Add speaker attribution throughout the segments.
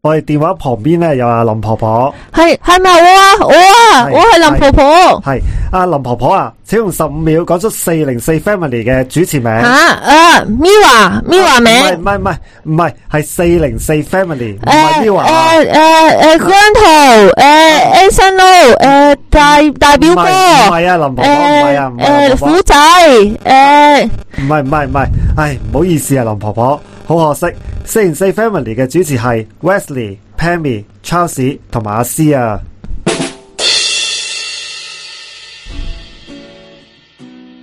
Speaker 1: 我哋電話旁邊咧有阿林婆婆，
Speaker 2: 系系咪我啊？我啊，
Speaker 1: 係
Speaker 2: 我系林婆婆
Speaker 1: 係阿林婆婆啊，請用十五秒講出四零四 family 嘅主持名。
Speaker 2: 吓啊，Mira Mira
Speaker 1: 唔
Speaker 2: 名
Speaker 1: 係唔係唔係，係四零四 family，唔係
Speaker 2: 诶
Speaker 1: Miu 啊，
Speaker 2: 诶诶诶姜涛诶 Anson Lo 诶大大
Speaker 1: 唔係
Speaker 2: 表哥
Speaker 1: 唔係啊，林婆婆唔係啊，唔
Speaker 2: 诶
Speaker 1: 係啊
Speaker 2: 诶
Speaker 1: 林婆婆
Speaker 2: 虎仔诶
Speaker 1: 唔係唔係唔係，唉，唔好意思啊，林婆婆，好可惜，四零四 family 嘅主持係 Wesley、Pammy、Charles 同埋阿詩啊。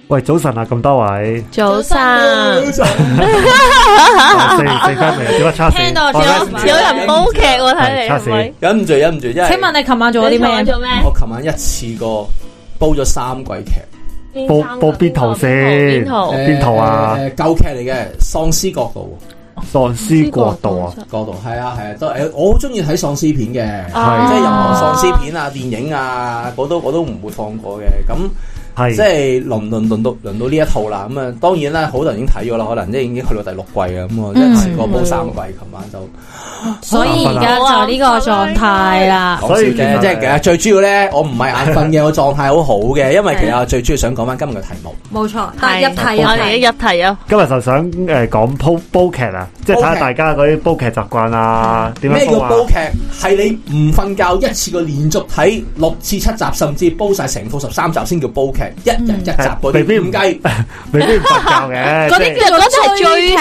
Speaker 1: 喂，早晨啊，咁多位，
Speaker 2: 早 晨，
Speaker 1: 四零四 family 點啊，Charles？
Speaker 3: 聽到
Speaker 1: 我
Speaker 3: 聽到
Speaker 2: 有有人煲劇喎，睇嚟係
Speaker 1: Charles
Speaker 2: 咪？
Speaker 4: 忍唔住，忍唔住，因為
Speaker 3: 請問你琴晚做咗啲咩？
Speaker 5: 咩
Speaker 4: 我琴晚一次過煲咗三季劇，
Speaker 1: 報報邊圖先？
Speaker 2: 邊
Speaker 4: 哦
Speaker 2: 圖
Speaker 1: 邊圖啊？
Speaker 4: 誒舊劇嚟嘅《喪屍國度
Speaker 1: 喪屍國度啊！》
Speaker 4: 國度係啊係啊，都誒我好中意睇喪屍片嘅，
Speaker 3: 哦
Speaker 1: 係
Speaker 4: 即係任何喪屍片啊、電影啊，我都我都唔會放過嘅。咁即
Speaker 1: 係
Speaker 4: 係輪輪輪到輪到呢一套啦。咁啊，當然啦，好多人已經睇咗啦，可能即係已經去到第六季啊。咁我
Speaker 3: 嗯
Speaker 4: 即係試過煲三季，琴晚就。
Speaker 3: 所以而家就呢個狀態 啦。
Speaker 4: 所以嘅，即係其實最主要咧，我唔係眼瞓嘅，我狀態好好嘅，因為其
Speaker 3: 啊
Speaker 4: 實我最主要想講翻今日嘅題目，
Speaker 5: 冇錯，但
Speaker 2: 係
Speaker 5: 係入題
Speaker 2: 我
Speaker 5: 入
Speaker 2: 哋
Speaker 5: 題。
Speaker 2: 一入題啊，
Speaker 1: 今日就想誒講煲煲劇啊，即係睇下大家嗰啲煲劇習慣啊，點
Speaker 4: 咩
Speaker 1: 樣
Speaker 4: 叫
Speaker 1: 煲啊？
Speaker 4: 煲劇？係你唔瞓覺一次過連續睇六至七集，甚至煲晒成套十三集先叫煲劇，一日
Speaker 2: 嗯
Speaker 4: 一集嗰
Speaker 1: 未必
Speaker 4: 啲唔計
Speaker 1: 未必唔瞓覺嘅，
Speaker 2: 嗰
Speaker 1: 即係
Speaker 2: 啲叫嗰啲係
Speaker 1: 係
Speaker 2: 追劇，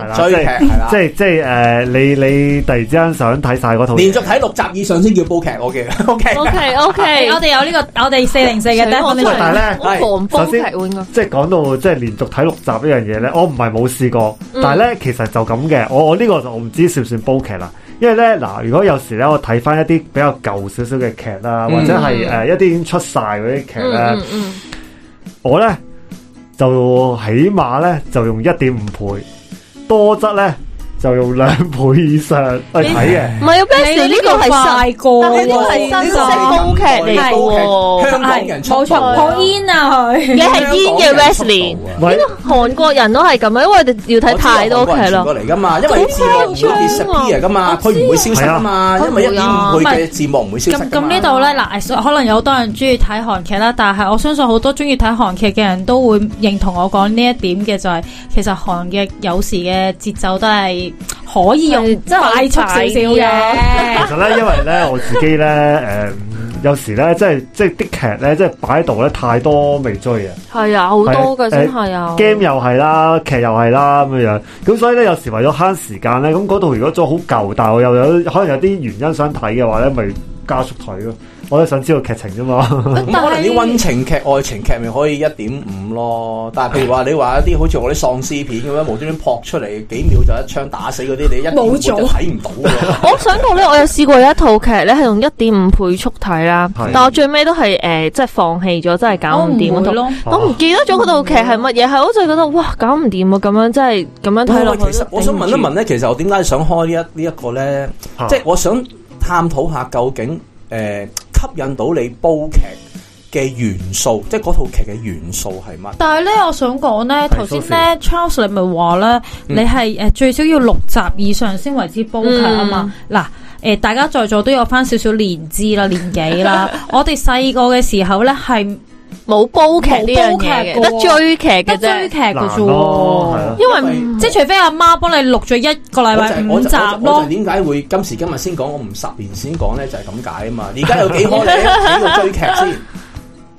Speaker 1: 啦
Speaker 4: 追劇係啦
Speaker 1: 即係即係誒，你你突然之間想睇晒嗰套嘢，
Speaker 4: 連續睇六集以上先叫煲劇，我嘅 OK。
Speaker 2: OK OK，
Speaker 3: 我哋有呢個，我哋四零四嘅 d e
Speaker 1: 但係
Speaker 3: f
Speaker 1: 咧，
Speaker 2: 狂煲劇
Speaker 1: 首
Speaker 2: 應該。
Speaker 1: 即係講到即係連續睇六集呢樣嘢咧，我唔係冇試過，但係咧其實就咁嘅，我我呢個就我唔知算唔算煲劇啦。因為咧嗱，如果有時咧我睇翻一啲比較舊少少嘅劇啦，或者係誒一啲已經出晒嗰啲劇
Speaker 2: Ừ, 嗯
Speaker 1: 咧，我咧就起碼咧就用一點五倍，多則咧就用兩倍以上去睇嘅。
Speaker 2: 唔係啊 b e s 呢個係
Speaker 3: 快過
Speaker 2: 但係呢個係新式煲劇嚟嘅喎
Speaker 4: 香港人出
Speaker 3: 冇錯，
Speaker 4: 道啊
Speaker 3: 好煙啊
Speaker 2: 實，你
Speaker 3: 佢。
Speaker 2: 係煙嘅 Wesley。
Speaker 1: 唔係
Speaker 2: 韓國人都係咁啊，因為我哋要睇太多劇啦。
Speaker 4: 過嚟噶嘛，因為字幕唔會
Speaker 2: 啊
Speaker 4: disappear 噶嘛，佢唔會消失噶嘛，因為一點五倍嘅字幕唔會消失
Speaker 3: 咁咁呢度咧，嗱，可能有好多人中意睇韓劇啦，但係我相信好多中意睇韓劇嘅人都會認同我講呢一點嘅，就係其實韓劇有時嘅節奏都係可以用
Speaker 2: 係真係
Speaker 3: 快速少少
Speaker 2: 快啲啊
Speaker 3: 嘅。
Speaker 1: 其實咧，因為咧我自己咧，誒、有時咧，即係即係啲劇咧，即係擺喺度咧，太多未追啊。
Speaker 2: 係啊，好多嘅真係啊。
Speaker 1: game 又係啦，劇又係啦咁樣樣。咁所以咧，有時為咗慳時間咧，咁嗰度如果做好舊，但係我又有可能有啲原因想睇嘅話咧，咪加速睇咯。我都想知道劇情啫嘛。
Speaker 4: 咁可能啲温情劇、愛情劇咪可以一點五咯，但係譬如話你話一啲好似我啲喪屍片咁樣無端端撲出嚟幾秒就一槍打死嗰啲，你一點五就睇唔到㗎。
Speaker 2: 我想到咧，我有試過有一套劇咧，係用一點五倍速睇啦
Speaker 1: 係，
Speaker 2: 但我最尾都係誒，即係放棄咗，真係搞
Speaker 3: 我
Speaker 2: 唔
Speaker 3: 唔
Speaker 2: 掂嗰
Speaker 3: 會
Speaker 2: 套。
Speaker 3: 哦咯，
Speaker 2: 我唔記得咗嗰套劇係乜嘢，係我就覺得哇，搞唔掂啊！咁樣真係咁樣睇落去。
Speaker 4: 啊
Speaker 2: 嗯
Speaker 4: 其實我想問一問，咧，其實我點解想開呢一呢一個咧？
Speaker 1: 啊
Speaker 4: 即係我想探討下究竟誒、呃吸引到你煲劇嘅元素，即係嗰套劇嘅元素係乜？
Speaker 3: 但係咧，我想講咧，頭先咧 Charles 你咪話咧，
Speaker 4: 嗯
Speaker 3: 你係誒最少要六集以上先為之煲劇啊嘛。
Speaker 2: 嗯
Speaker 3: 嗱、誒大家在座都有翻少少年資啦、年 紀啦。我哋細個嘅時候咧，係
Speaker 2: 冇煲劇呢樣
Speaker 3: 冇煲劇
Speaker 2: 嘢嘅，
Speaker 3: 嘅
Speaker 2: 得
Speaker 3: 喎
Speaker 2: 追劇嘅
Speaker 3: 得追
Speaker 2: 啫。
Speaker 3: 劇嘅
Speaker 1: 難
Speaker 3: 啫
Speaker 1: 咯，係
Speaker 3: 喎
Speaker 1: 啊。
Speaker 2: 因為
Speaker 4: 因
Speaker 3: 即係除非阿媽幫你錄咗一個禮
Speaker 4: 我
Speaker 3: 拜
Speaker 4: 就係
Speaker 3: 五
Speaker 4: 我就
Speaker 3: 集
Speaker 4: 我就我
Speaker 3: 咯
Speaker 4: 就，點解會今時今日先講，我唔十年先講咧，就係咁解啊嘛。而家有幾可你 喺屋企度追劇先？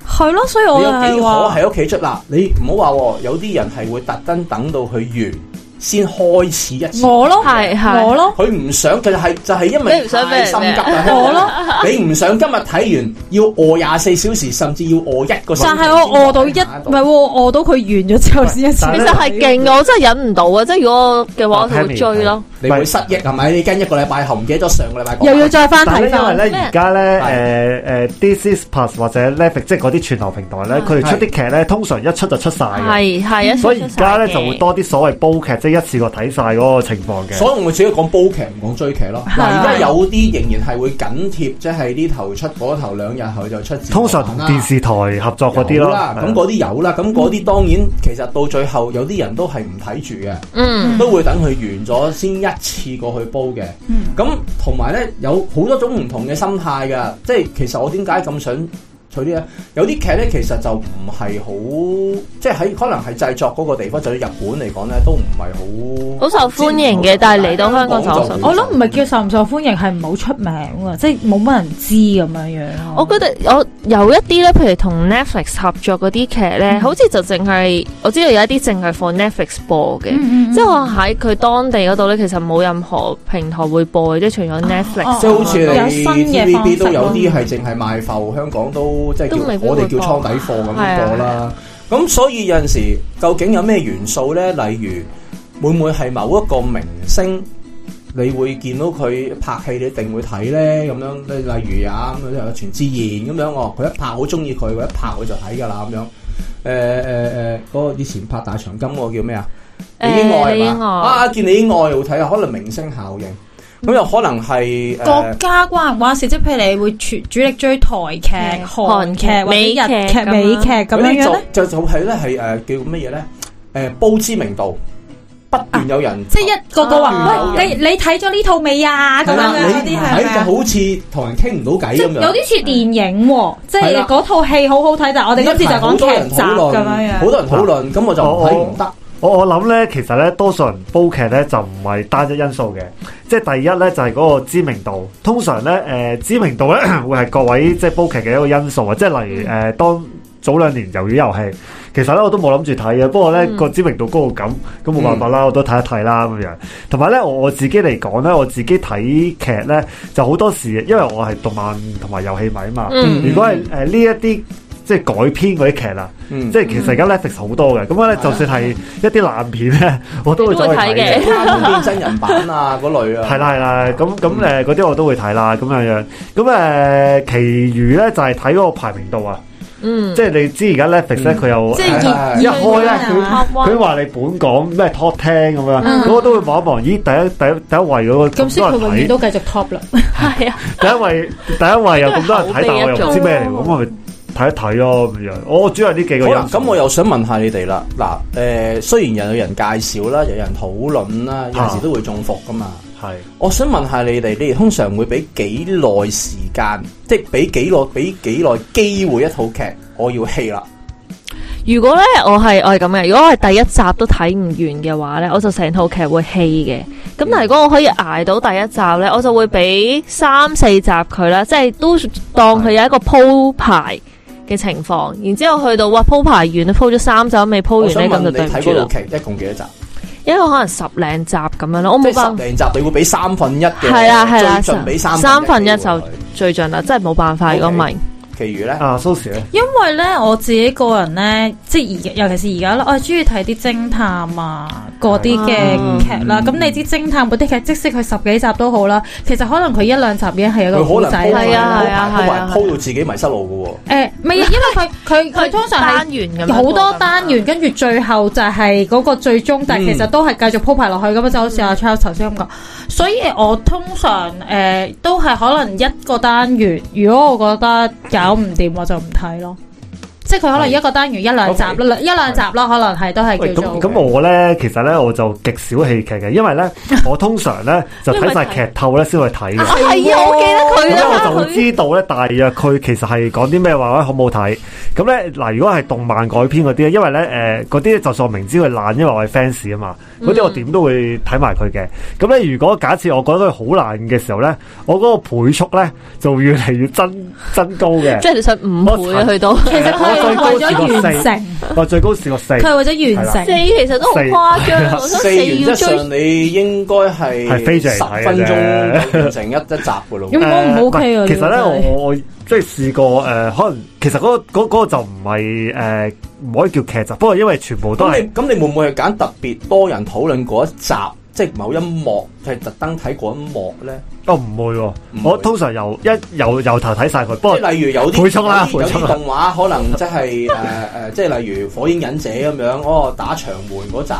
Speaker 3: 係咯，所以我
Speaker 4: 你
Speaker 3: 就
Speaker 4: 有
Speaker 3: 哦
Speaker 4: 幾
Speaker 3: 係
Speaker 4: 可
Speaker 3: 話
Speaker 4: 喺屋企出嗱？你唔好話喎，有啲人係會特登等到佢完先開始一次。
Speaker 3: 我咯，
Speaker 2: 係係
Speaker 3: 我咯，
Speaker 4: 佢唔想，佢就係就係因
Speaker 2: 你
Speaker 4: 為
Speaker 2: 唔想俾
Speaker 4: 太
Speaker 2: 人
Speaker 4: 心急啦。
Speaker 3: 我
Speaker 4: 咯， 你唔想今日睇完要餓廿四小時，甚至要餓一個小時
Speaker 3: 但係
Speaker 4: 先可以
Speaker 3: 我
Speaker 4: 下
Speaker 3: 餓
Speaker 4: 一個。
Speaker 3: 到一唔係喎，我餓到佢完咗之後先一次
Speaker 1: 但
Speaker 2: 其
Speaker 1: 係。
Speaker 2: 實係勁嘅，我真係忍唔到啊！即係如果我嘅話，我就會追
Speaker 1: 啊
Speaker 2: 咯。
Speaker 4: 你會失憶係咪？你跟一個禮拜後唔記得咗上個禮拜講
Speaker 3: 又要再翻
Speaker 1: 但係
Speaker 3: 睇
Speaker 1: 咧，因為
Speaker 3: 翻。
Speaker 1: 咧而家
Speaker 4: 係
Speaker 1: 咧，誒誒 This is Plus 或者 Netflix 即係嗰啲串流平台咧，佢哋出啲劇咧，通常一出就出晒嘅。
Speaker 3: 嗯
Speaker 2: 係係啊，
Speaker 1: 所以而家咧就會多啲所謂煲劇，即係一次過睇晒嗰個情況嘅。
Speaker 4: 所以我自己講煲劇唔講追劇 咯。
Speaker 3: 係
Speaker 4: 嗱，而家有啲仍然係會緊貼，即係呢頭出嗰頭兩日後就出字幕
Speaker 1: 通常同
Speaker 4: 啦
Speaker 1: 電視台合作嗰啲
Speaker 4: 有
Speaker 1: 咯，
Speaker 4: 啦，咁嗰啲有啦，咁嗰啲當然其實到最後有啲人都係唔睇住嘅，
Speaker 2: 嗯，
Speaker 4: 都會等佢完咗先一次過去煲嘅。
Speaker 2: 嗯
Speaker 4: 咁同埋咧有好多種唔同嘅心態㗎，即係其實我點解咁想取啲咧？有啲劇咧其實就唔係好，即係喺可能係製作嗰個地方，就喺日本嚟講咧都唔係好
Speaker 2: 好受歡迎嘅但係嚟到香港就好受歡迎
Speaker 3: 我諗唔係叫受唔受歡迎，係唔好出名啊，即係冇乜人知咁樣樣
Speaker 2: 我覺
Speaker 3: 咯。
Speaker 2: 得我有一啲咧，譬如同 Netflix 合作嗰啲劇
Speaker 3: 嗯
Speaker 2: 咧，好似就淨係我知道有一啲淨係 for Netflix 播
Speaker 3: 嗯
Speaker 2: 嘅，即係我喺佢當地嗰度咧，其實冇任何平台會播嘅，即係除咗 Netflix
Speaker 3: 哦
Speaker 4: 即係好似
Speaker 3: 有新嘅
Speaker 4: 你
Speaker 3: 方
Speaker 4: TVB
Speaker 3: 式
Speaker 4: 都
Speaker 3: 咯
Speaker 4: 有啲係淨係賣埠，香港都即係叫
Speaker 2: 都未必會
Speaker 4: 我哋叫
Speaker 2: 播
Speaker 4: 倉底貨咁樣
Speaker 2: 係啊
Speaker 4: 播啦。咁所以有陣時究竟有咩元素咧？例如會唔會係某一個明星？你會見到佢拍戲，你一定會睇咧咁樣。例如啊，咁樣有全智賢咁樣哦，佢一拍好中意佢，佢一拍我就睇㗎啦咁樣。誒誒誒，嗰個以前拍大長今嗰個叫咩啊？
Speaker 2: 誒
Speaker 4: 李英愛
Speaker 2: 李
Speaker 4: 係
Speaker 2: 英愛
Speaker 4: 嘛？啊，見李英愛好睇啊，可能明星效應，
Speaker 3: 嗯
Speaker 4: 咁又可能係呃誒
Speaker 3: 國家關唔關事？即係譬如你會主主力追台劇、
Speaker 2: 嗯
Speaker 3: 韓劇
Speaker 2: 韓劇
Speaker 3: 或者日
Speaker 2: 美劇咁
Speaker 3: 劇、
Speaker 2: 啦
Speaker 3: 美劇咁樣樣咧，
Speaker 4: 就就就係咧係誒呃叫乜嘢咧？誒煲知名度，不斷有人
Speaker 3: 啊即係一個個話
Speaker 2: 啊
Speaker 3: 喂，你你睇咗呢套未啊？咁
Speaker 4: 係
Speaker 3: 樣
Speaker 4: 啦
Speaker 3: 樣嗰
Speaker 4: 你
Speaker 3: 啲
Speaker 4: 唔
Speaker 3: 係
Speaker 4: 睇
Speaker 3: 咪啊
Speaker 4: 就好似同人傾唔到偈
Speaker 3: 即係
Speaker 4: 咁樣。
Speaker 3: 有啲似電影喎，即
Speaker 4: 係
Speaker 3: 係
Speaker 4: 啦
Speaker 3: 嗰套戲好好睇，但係我哋今次就
Speaker 4: 好
Speaker 3: 講
Speaker 4: 多人
Speaker 3: 劇集
Speaker 4: 討
Speaker 3: 咁樣
Speaker 4: 論，好
Speaker 3: 樣。
Speaker 4: 多人討論，咁我
Speaker 1: 哦
Speaker 4: 就唔睇唔得。
Speaker 1: 我我諗咧，其實咧，多數人煲劇咧就唔係單一因素嘅，即係第一咧就係嗰個知名度。通常咧，誒、知名度咧 會係各位即係煲劇嘅一個因素啊。即係例
Speaker 2: 嗯
Speaker 1: 如誒、當早兩年《魷魚遊戲》，其實咧我都冇諗住睇嘅，不過咧
Speaker 2: 嗯
Speaker 1: 個知名度高到咁，咁冇辦法啦，我都睇一睇啦咁樣。同埋咧，我我自己嚟講咧，我自己睇劇咧就好多時，因為我係動漫同埋遊戲迷啊嘛。
Speaker 2: 嗯
Speaker 1: 如果係誒呢一啲即係改編嗰啲劇啦。
Speaker 4: 嗯，
Speaker 1: 即係其實而家 Netflix 好多嘅，咁咧就算係一啲爛片咧， 我都會再去睇
Speaker 2: 你都會睇
Speaker 1: 嘅
Speaker 2: 嘅。
Speaker 4: 卡通片真人版啊嗰類 啊，
Speaker 1: 係啦係啦，咁咁誒
Speaker 4: 嗯
Speaker 1: 嗰啲我都會睇啦，咁樣樣。咁誒、其餘咧就係睇嗰個排名度啊，
Speaker 2: 嗯，
Speaker 1: 即係你知而家 Netflix 咧
Speaker 4: 嗯
Speaker 1: 佢有
Speaker 3: 即
Speaker 4: 係
Speaker 1: 誒
Speaker 3: 係
Speaker 1: 一
Speaker 3: 熱
Speaker 1: 開咧
Speaker 3: 熱啊
Speaker 1: 佢佢話你本港咩 top ten 咁樣，
Speaker 2: 嗯
Speaker 1: 咁我都會望一望，咦第一第一第一位嗰個
Speaker 3: 咁
Speaker 1: 咁
Speaker 3: 所以佢
Speaker 1: 多
Speaker 3: 永
Speaker 1: 人
Speaker 3: 遠
Speaker 1: 睇，
Speaker 3: 都繼續 top 啦。
Speaker 2: 係啊，
Speaker 1: 第一位第一位有咁多人睇，但我又唔知咩嚟喎，咁我咪睇一睇咯咁樣。我主要係呢幾個
Speaker 4: 好
Speaker 1: 因
Speaker 4: 啦，
Speaker 1: 素
Speaker 4: 咁我又想問下你哋啦，嗱，誒、雖然有人介紹啦，有人討論啦，有
Speaker 1: 啊
Speaker 4: 陣時都會中伏噶嘛。
Speaker 1: 係。
Speaker 4: 我想問下你哋，你哋通常會俾幾耐時間，即係俾幾耐，俾幾耐機會一套劇，我要戲啦。
Speaker 2: 如果咧我係我係咁嘅，如果我係第一集都睇唔完嘅話咧，我就成套劇會棄嘅。
Speaker 4: 嗯
Speaker 2: 咁但係如果我可以捱到第一集咧，我就會俾三四集佢啦，即係都當佢有一個鋪排嘅情況。然之後去到哇鋪排完，鋪咗三集都未鋪
Speaker 4: 我
Speaker 2: 完
Speaker 4: 想
Speaker 2: 咧，
Speaker 4: 問
Speaker 2: 咁就
Speaker 4: 你
Speaker 2: 對唔
Speaker 4: 睇
Speaker 2: 住
Speaker 4: 嗰
Speaker 2: 啦
Speaker 4: 套。劇一共幾多集？
Speaker 2: 因為可能十零集咁樣咯，我
Speaker 4: 即
Speaker 2: 冇辦
Speaker 4: 係十
Speaker 2: 法
Speaker 4: 零集，你會俾三分一嘅，
Speaker 2: 係啦係啦啊
Speaker 4: 最盡俾三
Speaker 2: 三分一
Speaker 4: 嘅機會
Speaker 2: 就最盡啦，真係冇辦法
Speaker 4: OK
Speaker 2: 如果唔係，
Speaker 4: 其餘咧，
Speaker 1: 啊，Sosze 咧，
Speaker 3: 因為咧我自己個人咧，即係而尤其是而家啦，我係中意睇啲偵探啊嗰啲嘅劇
Speaker 4: 嗯
Speaker 3: 啦。咁、你知偵探嗰啲劇，即使佢十幾集都好啦，其實可能佢一兩集已經係一
Speaker 4: 佢
Speaker 3: 個
Speaker 4: 可
Speaker 3: 故
Speaker 4: 能鋪
Speaker 3: 仔
Speaker 4: 排
Speaker 3: 啦。
Speaker 2: 係啊係啊
Speaker 4: 鋪
Speaker 2: 係
Speaker 4: 排
Speaker 2: 啊
Speaker 4: 鋪到自己迷失路嘅喎。
Speaker 3: 誒，唔係，因為佢佢佢通常係
Speaker 2: 單元咁樣
Speaker 3: 好多
Speaker 2: 㗎嘛
Speaker 3: 單元，跟住最後就係嗰個最終，但
Speaker 4: 嗯
Speaker 3: 其實都係繼續鋪排落去咁啊，就好似阿 Charles 頭先咁講。所以我通常誒、呃都係可能一個單元，如果我覺得搞唔掂，我就唔睇咯。即係佢可能一個單元一兩集啦，一兩集啦，可能係都係
Speaker 1: 喂，
Speaker 3: 叫做
Speaker 1: 咁咁我咧，其實咧我就極少戲劇嘅，因 為咧我通常咧就睇晒劇透咧先去睇嘅，
Speaker 2: 啊係啊，我記
Speaker 1: 咁
Speaker 2: 得
Speaker 1: 咧
Speaker 2: 佢啦，
Speaker 1: 我就會
Speaker 2: 佢
Speaker 1: 知道咧大約佢其實係講啲咩話，或者好唔好睇。咁咧嗱，如果係動漫改編嗰啲咧，因為咧誒嗰啲就算我明知佢爛，因為我係 fans 啊嘛，
Speaker 3: 嗯
Speaker 1: 嗰啲我點都會睇埋佢嘅。咁咧如果假設我覺得佢好爛嘅時候咧，我嗰個倍速咧就會越嚟越增增高嘅
Speaker 2: 即。係你想五倍啊去到。
Speaker 3: 其實佢
Speaker 1: 我
Speaker 3: 係為
Speaker 1: 最高
Speaker 3: 咗
Speaker 1: 試過
Speaker 3: 完
Speaker 1: 四
Speaker 3: 成，
Speaker 1: 我最高試過四，
Speaker 3: 佢係為咗完成
Speaker 2: 四。其實都好誇張，我想
Speaker 4: 啊四
Speaker 2: 四
Speaker 4: 原
Speaker 2: 要
Speaker 4: 則
Speaker 2: 追
Speaker 4: 上你應該係
Speaker 1: 係飛住嚟
Speaker 4: 十
Speaker 1: 睇嘅啫
Speaker 4: 分
Speaker 1: 啊
Speaker 4: 鐘完成一一集嘅咯喎。
Speaker 3: 咁我唔 OK 啊
Speaker 1: 呃誒其實
Speaker 3: 呢個真
Speaker 1: 咧，
Speaker 3: 係
Speaker 1: 我我即係試過誒、呃可能其實嗰、個嗰、嗰個就唔係誒唔可以叫劇集，不過因為全部都
Speaker 4: 咁你
Speaker 1: 係
Speaker 4: 咁你會唔會係揀特別多人討論嗰一集，即係某一幕，係特登睇嗰一幕咧？
Speaker 1: 哦唔會喎，
Speaker 4: 唔會
Speaker 1: 我通常由一由由頭睇晒佢，不
Speaker 4: 即
Speaker 1: 過
Speaker 4: 係例如有啲
Speaker 1: 倍速啦
Speaker 4: 有啲
Speaker 1: 倍速
Speaker 4: 有啲
Speaker 1: 啦
Speaker 4: 動畫呃 可能即係誒誒，即係例如《火影忍者》咁樣，哦打長門嗰集，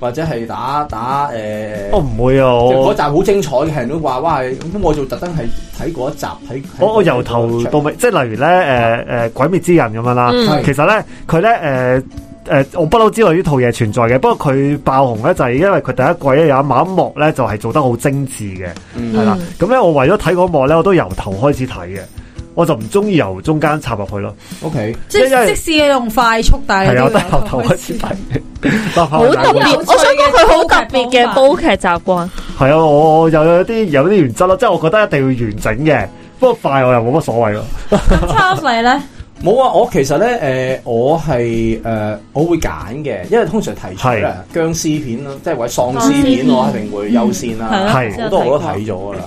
Speaker 4: 或者係打打诶。
Speaker 1: 我唔會啊，
Speaker 4: 即係嗰
Speaker 1: 我
Speaker 4: 集好精彩嘅，人都話哇係，咁我就特登係睇嗰一集，睇
Speaker 1: 我我由頭到尾，即係例如咧，诶诶，《鬼滅之刃》咁樣啦，
Speaker 2: 嗯
Speaker 4: 係
Speaker 1: 其實咧佢咧诶诶，誒我不嬲知道呢套嘢存在嘅，不過佢爆紅咧就係因為佢第一季咧有一幕一幕咧就係做得好精緻嘅。
Speaker 4: 嗯
Speaker 1: 系啦
Speaker 2: 嗯。
Speaker 1: 咁咧，我為咗睇嗰幕咧，我都由頭開始睇嘅，我就唔中意由中間插入去咯。
Speaker 4: 嗯，OK，
Speaker 3: 即
Speaker 1: 因為
Speaker 3: 即使你用快速，但係
Speaker 1: 係
Speaker 3: 你
Speaker 1: 啊，我
Speaker 3: 都
Speaker 1: 都
Speaker 3: 要
Speaker 1: 由 頭開始睇。嗱
Speaker 2: 好特
Speaker 1: 係啊
Speaker 2: 別，
Speaker 3: 有
Speaker 2: 我
Speaker 3: 趣嘅
Speaker 2: 想講佢好特別嘅煲劇習慣。
Speaker 1: 係啊，我我有有啲有啲原則咯，即係我覺得一定要完整嘅。不過快我又冇乜所謂咯。
Speaker 3: 咁 Charles 你咧，
Speaker 4: 冇啊！我其實咧，诶、我係诶、誒我會揀嘅，因為通常提出咧僵屍片啊啦，即係或者喪屍片，
Speaker 3: 喪屍片
Speaker 4: 我一定會優先啦。
Speaker 3: 係
Speaker 1: 嗯係
Speaker 3: 啦，
Speaker 4: 好多我都睇咗噶啦，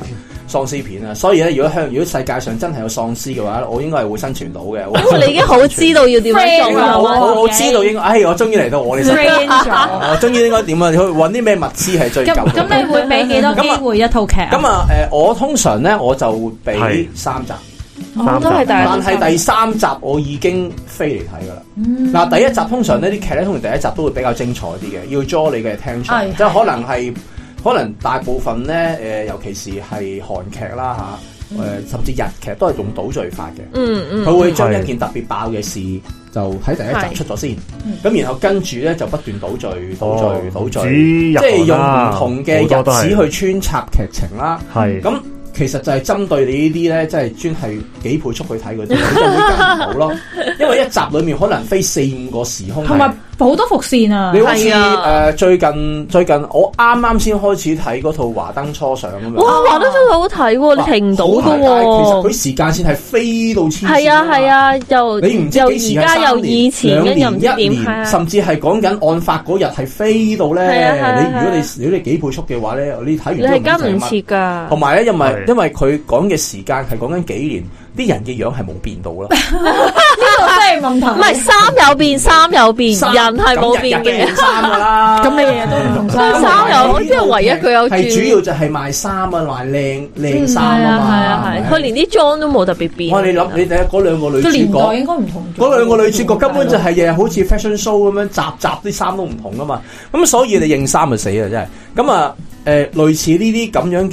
Speaker 4: 喪屍片啊！所以咧，如果香，如果世界上真係有喪屍嘅話，我應該係會生存到嘅。
Speaker 2: 因哦為你已經好知道要點樣
Speaker 4: 因
Speaker 2: 做
Speaker 4: 為
Speaker 3: 係
Speaker 4: 我
Speaker 2: 啦
Speaker 3: 啊。
Speaker 4: 我我知道應該，哎，我終於嚟到我哋世界，
Speaker 3: friend 咗。
Speaker 4: 我終於應該點啊？去揾啲咩物資係最
Speaker 3: 咁
Speaker 4: 夠嘅。
Speaker 3: 咁你會俾幾多機會一套劇啊？
Speaker 4: 咁啊，誒、我通常咧我就會俾
Speaker 1: 係
Speaker 4: 三集，
Speaker 2: 我都係大
Speaker 4: 但係第三集我已經飛嚟睇噶啦。嗱、第一集通常呢啲劇咧，通常第一集都會比較精彩啲嘅，要 draw 你嘅 attention，
Speaker 3: 係
Speaker 4: 即係可能係可能大部分咧誒、尤其是係韓劇啦嚇，誒、甚至日劇都係用倒敍法嘅。
Speaker 2: 嗯嗯，
Speaker 4: 佢會將
Speaker 1: 係
Speaker 4: 一件特別爆嘅事就喺第
Speaker 2: 係
Speaker 4: 一集出咗先
Speaker 3: 嗯，
Speaker 4: 咁然後跟住咧就不斷倒敍、倒
Speaker 1: 哦
Speaker 4: 敍、倒敍，
Speaker 1: 指
Speaker 4: 即
Speaker 1: 日
Speaker 4: 係
Speaker 1: 韓
Speaker 4: 用
Speaker 1: 啦
Speaker 4: 唔同嘅
Speaker 1: 好多都係
Speaker 4: 日子去穿插劇情啦。
Speaker 1: 係
Speaker 4: 咁其實就係針對你呢啲咧，即係專係幾倍速去睇 嗰啲，你就會跟唔到咯。因為一集裡面可能飛四五個時空，
Speaker 3: 同埋好多伏線啊
Speaker 4: 你！好似
Speaker 2: 係啊
Speaker 4: 誒最近最近我啱啱先開始睇嗰套《華燈初上》咁樣。
Speaker 2: 哇，畫得真係好睇喎，你停唔到
Speaker 4: 好
Speaker 2: 噶
Speaker 4: 難但係
Speaker 2: 喎。
Speaker 4: 其實佢時間線係飛到黐線㗎嘛。
Speaker 2: 係啊係啊，又
Speaker 4: 你唔知
Speaker 2: 又
Speaker 4: 幾時
Speaker 2: 而
Speaker 4: 係
Speaker 2: 家
Speaker 4: 三
Speaker 2: 又
Speaker 4: 年
Speaker 2: 以前，
Speaker 4: 兩
Speaker 2: 跟住又唔知
Speaker 4: 年一
Speaker 2: 點係
Speaker 4: 年，
Speaker 2: 啊。
Speaker 4: 甚至係講緊案發嗰日係飛到
Speaker 2: 係啊係
Speaker 4: 咧。
Speaker 2: 啊
Speaker 4: 你如果
Speaker 2: 係啊
Speaker 4: 你如果你幾倍速嘅話咧，你睇完
Speaker 2: 你
Speaker 4: 之後
Speaker 2: 係跟唔
Speaker 4: 知係乜
Speaker 2: 切噶
Speaker 4: 同，埋咧，因為
Speaker 1: 係
Speaker 4: 因為佢講嘅時間係講緊幾年，啲人嘅樣係冇變到啦。
Speaker 3: 呢個真係問題。
Speaker 2: 唔係衫有變，衫有變，
Speaker 4: 衫
Speaker 2: 人係冇變
Speaker 4: 咁日日
Speaker 2: 嘅
Speaker 4: 都換。衫噶啦。
Speaker 3: 咁你日日都唔同衫
Speaker 2: 衫有我
Speaker 4: 呢
Speaker 2: 知係唯一佢有
Speaker 4: 係
Speaker 2: 轉
Speaker 4: 主要就係賣衫啊，賣靚靚衫
Speaker 2: 係
Speaker 4: 啊
Speaker 2: 啊係
Speaker 4: 嘛。
Speaker 2: 啊係，佢
Speaker 4: 係咪
Speaker 2: 連啲裝都冇特別變。
Speaker 4: 哇！你諗你睇下嗰兩個女
Speaker 3: 個年
Speaker 4: 主角
Speaker 3: 代。應該唔同咗。
Speaker 4: 嗰兩個女主角根本就係日日好似 fashion show 咁樣，集集啲衫都唔同噶嘛。咁所以你認衫就死啊，真係。咁啊，誒、類似呢啲咁樣嘅誒誒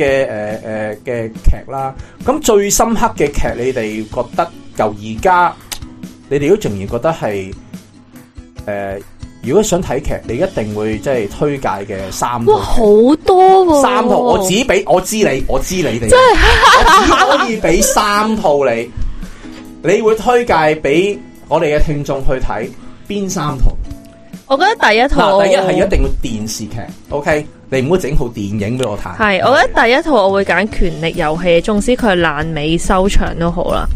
Speaker 4: 嘅劇啦。咁最深刻嘅劇，你哋覺得由而家，你哋都仍然覺得係誒、如果想睇劇，你一定會即係推介嘅三套
Speaker 2: 哇，好多喎！
Speaker 4: 三套，我只俾我知你，我知你哋，我只可以俾三套你，你會推介俾我哋嘅聽眾去睇邊三套？
Speaker 2: 我覺得第一套，
Speaker 4: 嗱，第一係一定要電視劇，OK，你唔好整套電影俾我睇。
Speaker 2: 係，我覺得第一套我會揀《權力遊戲》，縱使佢係爛尾收場都好啦。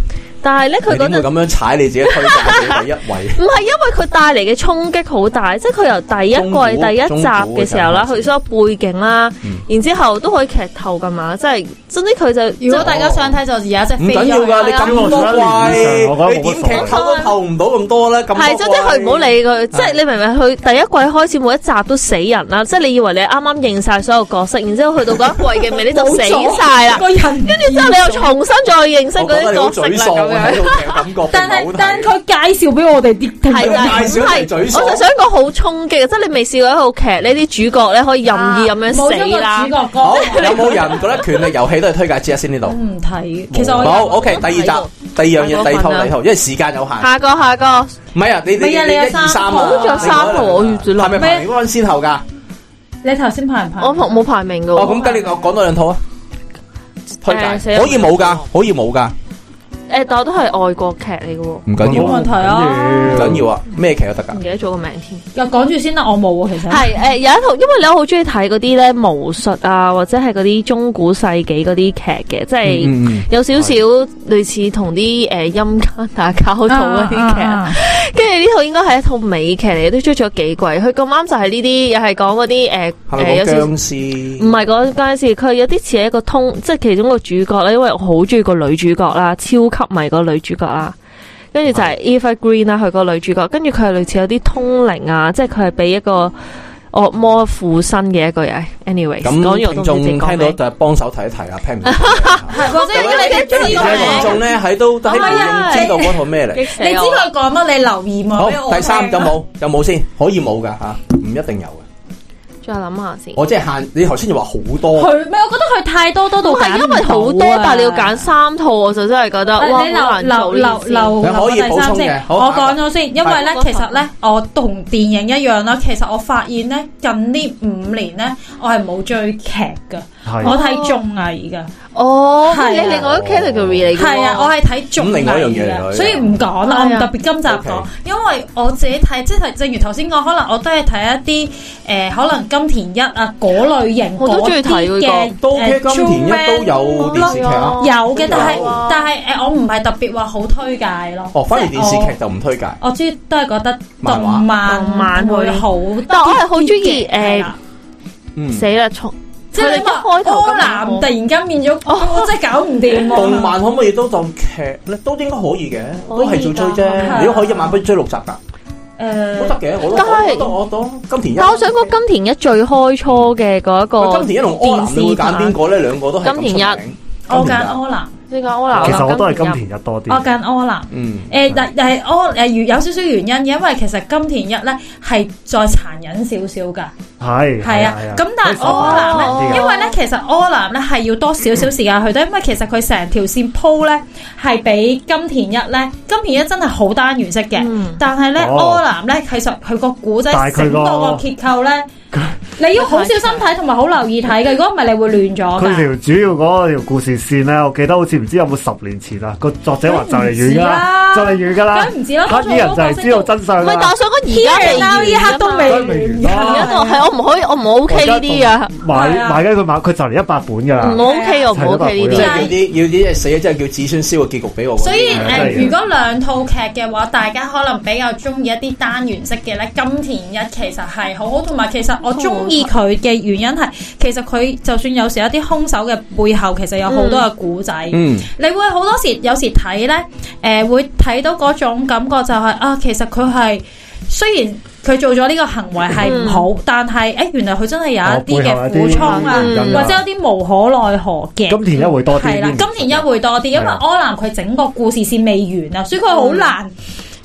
Speaker 2: 但係咧，佢
Speaker 4: 你
Speaker 2: 嗰
Speaker 4: 點
Speaker 2: 陣
Speaker 4: 會咁樣踩你自己推介俾第一位？
Speaker 2: 唔係因為佢帶嚟嘅衝擊好大，即係佢由第一
Speaker 4: 中古
Speaker 2: 季第一集嘅時候啦，
Speaker 4: 中古
Speaker 2: 佢所有背景啦，
Speaker 4: 嗯
Speaker 2: 然之後都可以劇透噶嘛，即係總之佢就
Speaker 3: 如果大家想睇就而家即係
Speaker 4: 唔
Speaker 3: 飛
Speaker 4: 緊要
Speaker 3: 咗
Speaker 4: 㗎，你咁多季，你點劇透都透唔到咁多啦，咁嗯多
Speaker 2: 係，即係即係佢唔好
Speaker 4: 季
Speaker 2: 理佢，即係你明唔明？佢第一季開始每一集都死人啦，即係你以為你啱啱認晒所有角色，然之後去到嗰一季嘅尾你就死晒啦，
Speaker 3: 個人
Speaker 2: 跟住之後你又重新再認識
Speaker 4: 我覺
Speaker 2: 嗰啲
Speaker 4: 得你好
Speaker 2: 角色
Speaker 4: 沮
Speaker 2: 啦
Speaker 4: 喪
Speaker 2: 咁
Speaker 4: 啊，
Speaker 2: 樣
Speaker 4: 睇。到劇感覺
Speaker 3: 但
Speaker 4: 唔
Speaker 3: 係
Speaker 4: 好睇啊
Speaker 3: 但佢介紹俾我哋啲聽眾
Speaker 2: 係 啦，
Speaker 4: 介紹
Speaker 2: 係
Speaker 4: 一齊沮喪
Speaker 2: 我就想講好衝擊，即係你未試過一套劇呢啲主角咧可以任意咁樣死啦
Speaker 3: 冇咗個主。角
Speaker 4: 好，
Speaker 3: 歌
Speaker 4: 有冇人覺得權力遊戲都係推介之一先呢度
Speaker 3: 我？唔睇，其實我
Speaker 4: 冇
Speaker 3: 有
Speaker 4: ，OK，第二集，第二樣嘢，
Speaker 2: 啊
Speaker 4: 第二套，第二套，因為時間有限。
Speaker 2: 下個下個，
Speaker 4: 唔係啊，你你
Speaker 3: 唔係啊
Speaker 4: 你
Speaker 3: 你有
Speaker 4: 一二
Speaker 3: 三
Speaker 4: 三啊，
Speaker 3: 套
Speaker 2: 我都仲有三套我預住
Speaker 4: 係咪
Speaker 2: 諗
Speaker 4: 排名安先後㗎？
Speaker 3: 你頭先排唔啊排？
Speaker 2: 我冇冇排名噶。
Speaker 4: 哦，咁跟你我講多兩套啊。推
Speaker 2: 誒死
Speaker 4: 介
Speaker 2: 啦
Speaker 4: 可以冇㗎，可以冇㗎，
Speaker 2: 誒，但我都係外國劇嚟嘅喎，唔
Speaker 4: 唔緊
Speaker 3: 冇
Speaker 4: 要，唔
Speaker 3: 問題啊
Speaker 4: 緊要啊，咩劇都得㗎。
Speaker 2: 記得咗個名添。
Speaker 3: 又講住先啦，我冇喎，其實
Speaker 2: 係誒，有一套，因為你好中意睇嗰啲咧巫術啊，或者係嗰啲中古世紀嗰啲劇嘅，即係
Speaker 4: 嗯嗯
Speaker 2: 有少少類似同啲誒陰間打交道嗰啲劇啊。跟住呢套應該係一套美劇嚟，都追咗幾季。佢咁啱就係呢啲，又係講嗰啲誒
Speaker 4: 係
Speaker 2: 誒
Speaker 4: 咪
Speaker 2: 有
Speaker 4: 講
Speaker 2: 少少
Speaker 4: 僵
Speaker 2: 唔
Speaker 4: 屍？
Speaker 2: 係嗰間事，佢有啲似係一個通，即係其中一個主角啦。因為我好中意個女主角啦，超級迷個女主角啦。跟住就
Speaker 4: 啊
Speaker 2: 係 Eva Green 啊啦，佢個女主角。跟住佢係類似有啲通靈啊，即係佢係俾一個惡魔附身嘅一個人。Anyway，講完
Speaker 4: 咁
Speaker 2: 我
Speaker 4: 聽
Speaker 2: 都唔
Speaker 4: 眾
Speaker 2: 知自己講
Speaker 4: 聽到
Speaker 2: 咩。
Speaker 4: 就幫手睇一啊睇啦，Pam。
Speaker 3: 或者你知
Speaker 4: 而且聽眾咧喺
Speaker 2: 啊
Speaker 4: 都喺度認知道嗰套咩嚟。
Speaker 3: 你知佢講乜，你留意我。
Speaker 2: 啊
Speaker 4: 好，第三有冇？有冇先？可以冇㗎吓，唔一定有嘅。
Speaker 2: 再諗下先。
Speaker 4: 我即係限你頭先就話好多，
Speaker 3: 佢咩？我覺得佢太多多到
Speaker 2: 唔
Speaker 3: 揀
Speaker 2: 係
Speaker 3: 唔
Speaker 2: 因為好多，
Speaker 3: 到啊
Speaker 2: 但係你要揀三套，我就真係覺得哇，
Speaker 3: 你
Speaker 2: 好
Speaker 3: 留
Speaker 2: 難
Speaker 3: 留
Speaker 2: 做
Speaker 3: 留
Speaker 2: 呢件事。
Speaker 3: 留
Speaker 4: 你可以
Speaker 3: 留第三
Speaker 4: 補充嘅
Speaker 3: 先，
Speaker 4: 好
Speaker 3: 我
Speaker 4: 下
Speaker 3: 講
Speaker 4: 一
Speaker 3: 咗先，因為咧
Speaker 2: 係
Speaker 3: 其實咧，我同電影一樣啦。其實我發現咧，近呢五年咧，我係冇追劇噶，
Speaker 1: 係
Speaker 3: 我睇綜藝噶，
Speaker 2: 哦，
Speaker 3: 係啊
Speaker 2: 你另外一個 category 嚟嘅喎。
Speaker 3: 係啊，我係睇綜
Speaker 4: 咁另外一樣嘢嚟
Speaker 3: 藝
Speaker 4: 㗎
Speaker 3: 噶，所以唔講啦，我唔
Speaker 2: 係啊
Speaker 3: 特別今集
Speaker 4: OK
Speaker 3: 講，因為我自己睇，即係正如頭先講，可能我都係睇一啲誒，可能金田一啊嗰類型
Speaker 2: 我都
Speaker 3: 嗰
Speaker 2: 鍾意睇
Speaker 3: 啲
Speaker 2: 嗰個
Speaker 3: 嘅
Speaker 4: 都
Speaker 3: 誒
Speaker 4: K 金田
Speaker 3: True
Speaker 4: 一都
Speaker 3: Man
Speaker 4: 有電視劇啊，
Speaker 3: 有嘅，但
Speaker 4: 有
Speaker 3: 係但係誒，我唔係特別話好推介咯。
Speaker 4: 哦，反而
Speaker 3: 即係
Speaker 4: 電視
Speaker 3: 我
Speaker 4: 劇就唔推介。
Speaker 3: 我中意都係覺得
Speaker 4: 漫畫
Speaker 3: 動漫
Speaker 2: 動漫
Speaker 3: 會好啲，
Speaker 2: 但我係好鍾意
Speaker 3: 啲嘅係啦
Speaker 4: 嗯，
Speaker 2: 死啦！從
Speaker 3: 即係你
Speaker 2: 佢哋一開頭咁
Speaker 3: 柯南
Speaker 2: 樣哦
Speaker 3: 突然間變咗，我真係搞唔掂啊！
Speaker 4: 動漫可唔可以都當劇咧？都應該可以嘅，
Speaker 2: 可以㗎
Speaker 4: 都係做追
Speaker 3: 係
Speaker 4: 啫。你都可以一晚不追六集㗎，都
Speaker 3: 誒，
Speaker 4: 得嘅。我都
Speaker 2: 但係
Speaker 4: 我都我當金田一。
Speaker 2: 但我想講金田一最開初嘅嗰一
Speaker 4: 喂
Speaker 2: 個
Speaker 4: 金田一同柯南，你會揀邊個咧？兩個都係咁出
Speaker 2: 金
Speaker 4: 名
Speaker 2: 田
Speaker 3: 我
Speaker 4: 金田
Speaker 3: 揀柯南，
Speaker 2: 你講柯南，
Speaker 1: 其實我都係
Speaker 2: 田一
Speaker 1: 金田一多
Speaker 3: 我
Speaker 1: 啲，
Speaker 3: 揀柯南。
Speaker 4: 嗯，
Speaker 3: 誒，但但係柯誒有有少少原因嘅，因為其實金田一咧係再殘忍少少㗎，
Speaker 1: 係
Speaker 3: 係啊。咁但係柯南
Speaker 2: 哦
Speaker 1: 啊
Speaker 3: 咧，因為咧其實柯南咧係要多少少時間去到，因為其實佢成條線鋪咧係比金田一咧，金田一真係好單元式嘅。
Speaker 2: 嗯
Speaker 3: 但係咧，
Speaker 1: 哦
Speaker 3: 柯南咧，其實佢個古仔
Speaker 1: 但係
Speaker 3: 整
Speaker 1: 佢個
Speaker 3: 個個結構 咧，你要好小心睇同埋好留意睇嘅，如果唔係你會亂咗
Speaker 1: 佢
Speaker 3: 㗎。
Speaker 1: 條主要嗰條故事線咧，我記得好似唔知有冇十年前啊啦，個作者話就嚟完㗎啦，就
Speaker 3: 梗
Speaker 1: 嚟
Speaker 3: 唔
Speaker 1: 完㗎啦，
Speaker 3: 梗唔知啦，
Speaker 1: 黑衣人就係知道真
Speaker 2: 唔
Speaker 1: 相
Speaker 2: 係，但
Speaker 1: 啦
Speaker 2: 我。想講而家
Speaker 3: Here
Speaker 2: 未
Speaker 3: and now
Speaker 2: 完
Speaker 3: 呢一刻都
Speaker 2: 啊嘛
Speaker 3: 未
Speaker 1: 梗係未完
Speaker 2: 而
Speaker 1: 啦
Speaker 2: 家都啊係我唔可以，我唔 OK 呢啲啊，
Speaker 1: 買
Speaker 3: 係啊
Speaker 1: 買緊佢買，佢就嚟一百本㗎
Speaker 2: 唔
Speaker 1: 啦。
Speaker 2: OK 我唔 OK 呢
Speaker 4: 即
Speaker 2: 啲
Speaker 3: 係。
Speaker 4: 係要啲要啲死嘅，即係叫子孫燒個結局俾我嗰啲。
Speaker 3: 所以
Speaker 1: 係
Speaker 3: 誒，
Speaker 1: 真係
Speaker 3: 如果兩套劇嘅話，大家可能比較中意一啲單元式嘅咧，金田一其實係好好，同埋其實我中意佢嘅原因係，其實佢就算有時有啲兇手嘅背後，其實有好多嘅古仔。
Speaker 4: 嗯，
Speaker 3: 你會好多時有時睇呢，誒、會睇到嗰種感覺就係、啊，其實佢係雖然佢做咗呢個行為係唔好，但係誒、原來佢真係有一啲嘅苦衷啊，
Speaker 2: 嗯
Speaker 3: 或者有啲無可奈何嘅。
Speaker 1: 金田一會多啲。
Speaker 3: 係啦，金田一會多啲，因為
Speaker 1: 係啊
Speaker 3: 柯南佢整個故事線未完啊，所以佢好難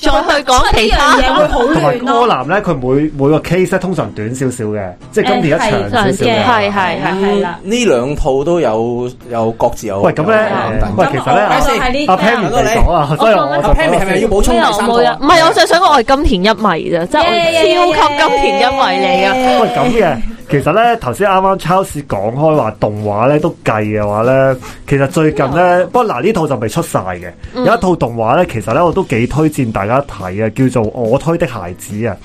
Speaker 2: 再去講其他
Speaker 3: 呢樣嘢會好
Speaker 1: 同埋
Speaker 3: 亂
Speaker 1: 柯
Speaker 3: 咯。
Speaker 1: 南咧，佢每每個 case 咧通常短少少嘅，即係金田一長少少
Speaker 3: 誒
Speaker 1: 嘅。
Speaker 2: 係係係。
Speaker 3: 係啦
Speaker 4: 嗯呢兩套都有有各自有。
Speaker 1: 喂咁呢
Speaker 4: 有難題
Speaker 1: 誒喂其實呢
Speaker 3: 我係呢
Speaker 1: 阿 Pammy
Speaker 4: 等我
Speaker 1: 嚟
Speaker 4: 你
Speaker 1: 講啊，所以我
Speaker 4: 阿
Speaker 1: 就
Speaker 4: Pammy 係咪要補充第
Speaker 2: 咩啊
Speaker 4: 三
Speaker 2: 冇
Speaker 4: 個
Speaker 2: 啊
Speaker 4: 啊？
Speaker 2: 唔係，我就想講我係金田一迷啫，即係我超級金田一迷嚟噶。
Speaker 1: 喂咁嘅，其實咧頭先啱啱 Charles 講開話動畫咧都計嘅話咧，其實最近咧，不過嗱呢套就未出晒嘅，有一套動畫咧，其實咧我都幾推薦大家睇嘅，叫做《我推的孩子》啊。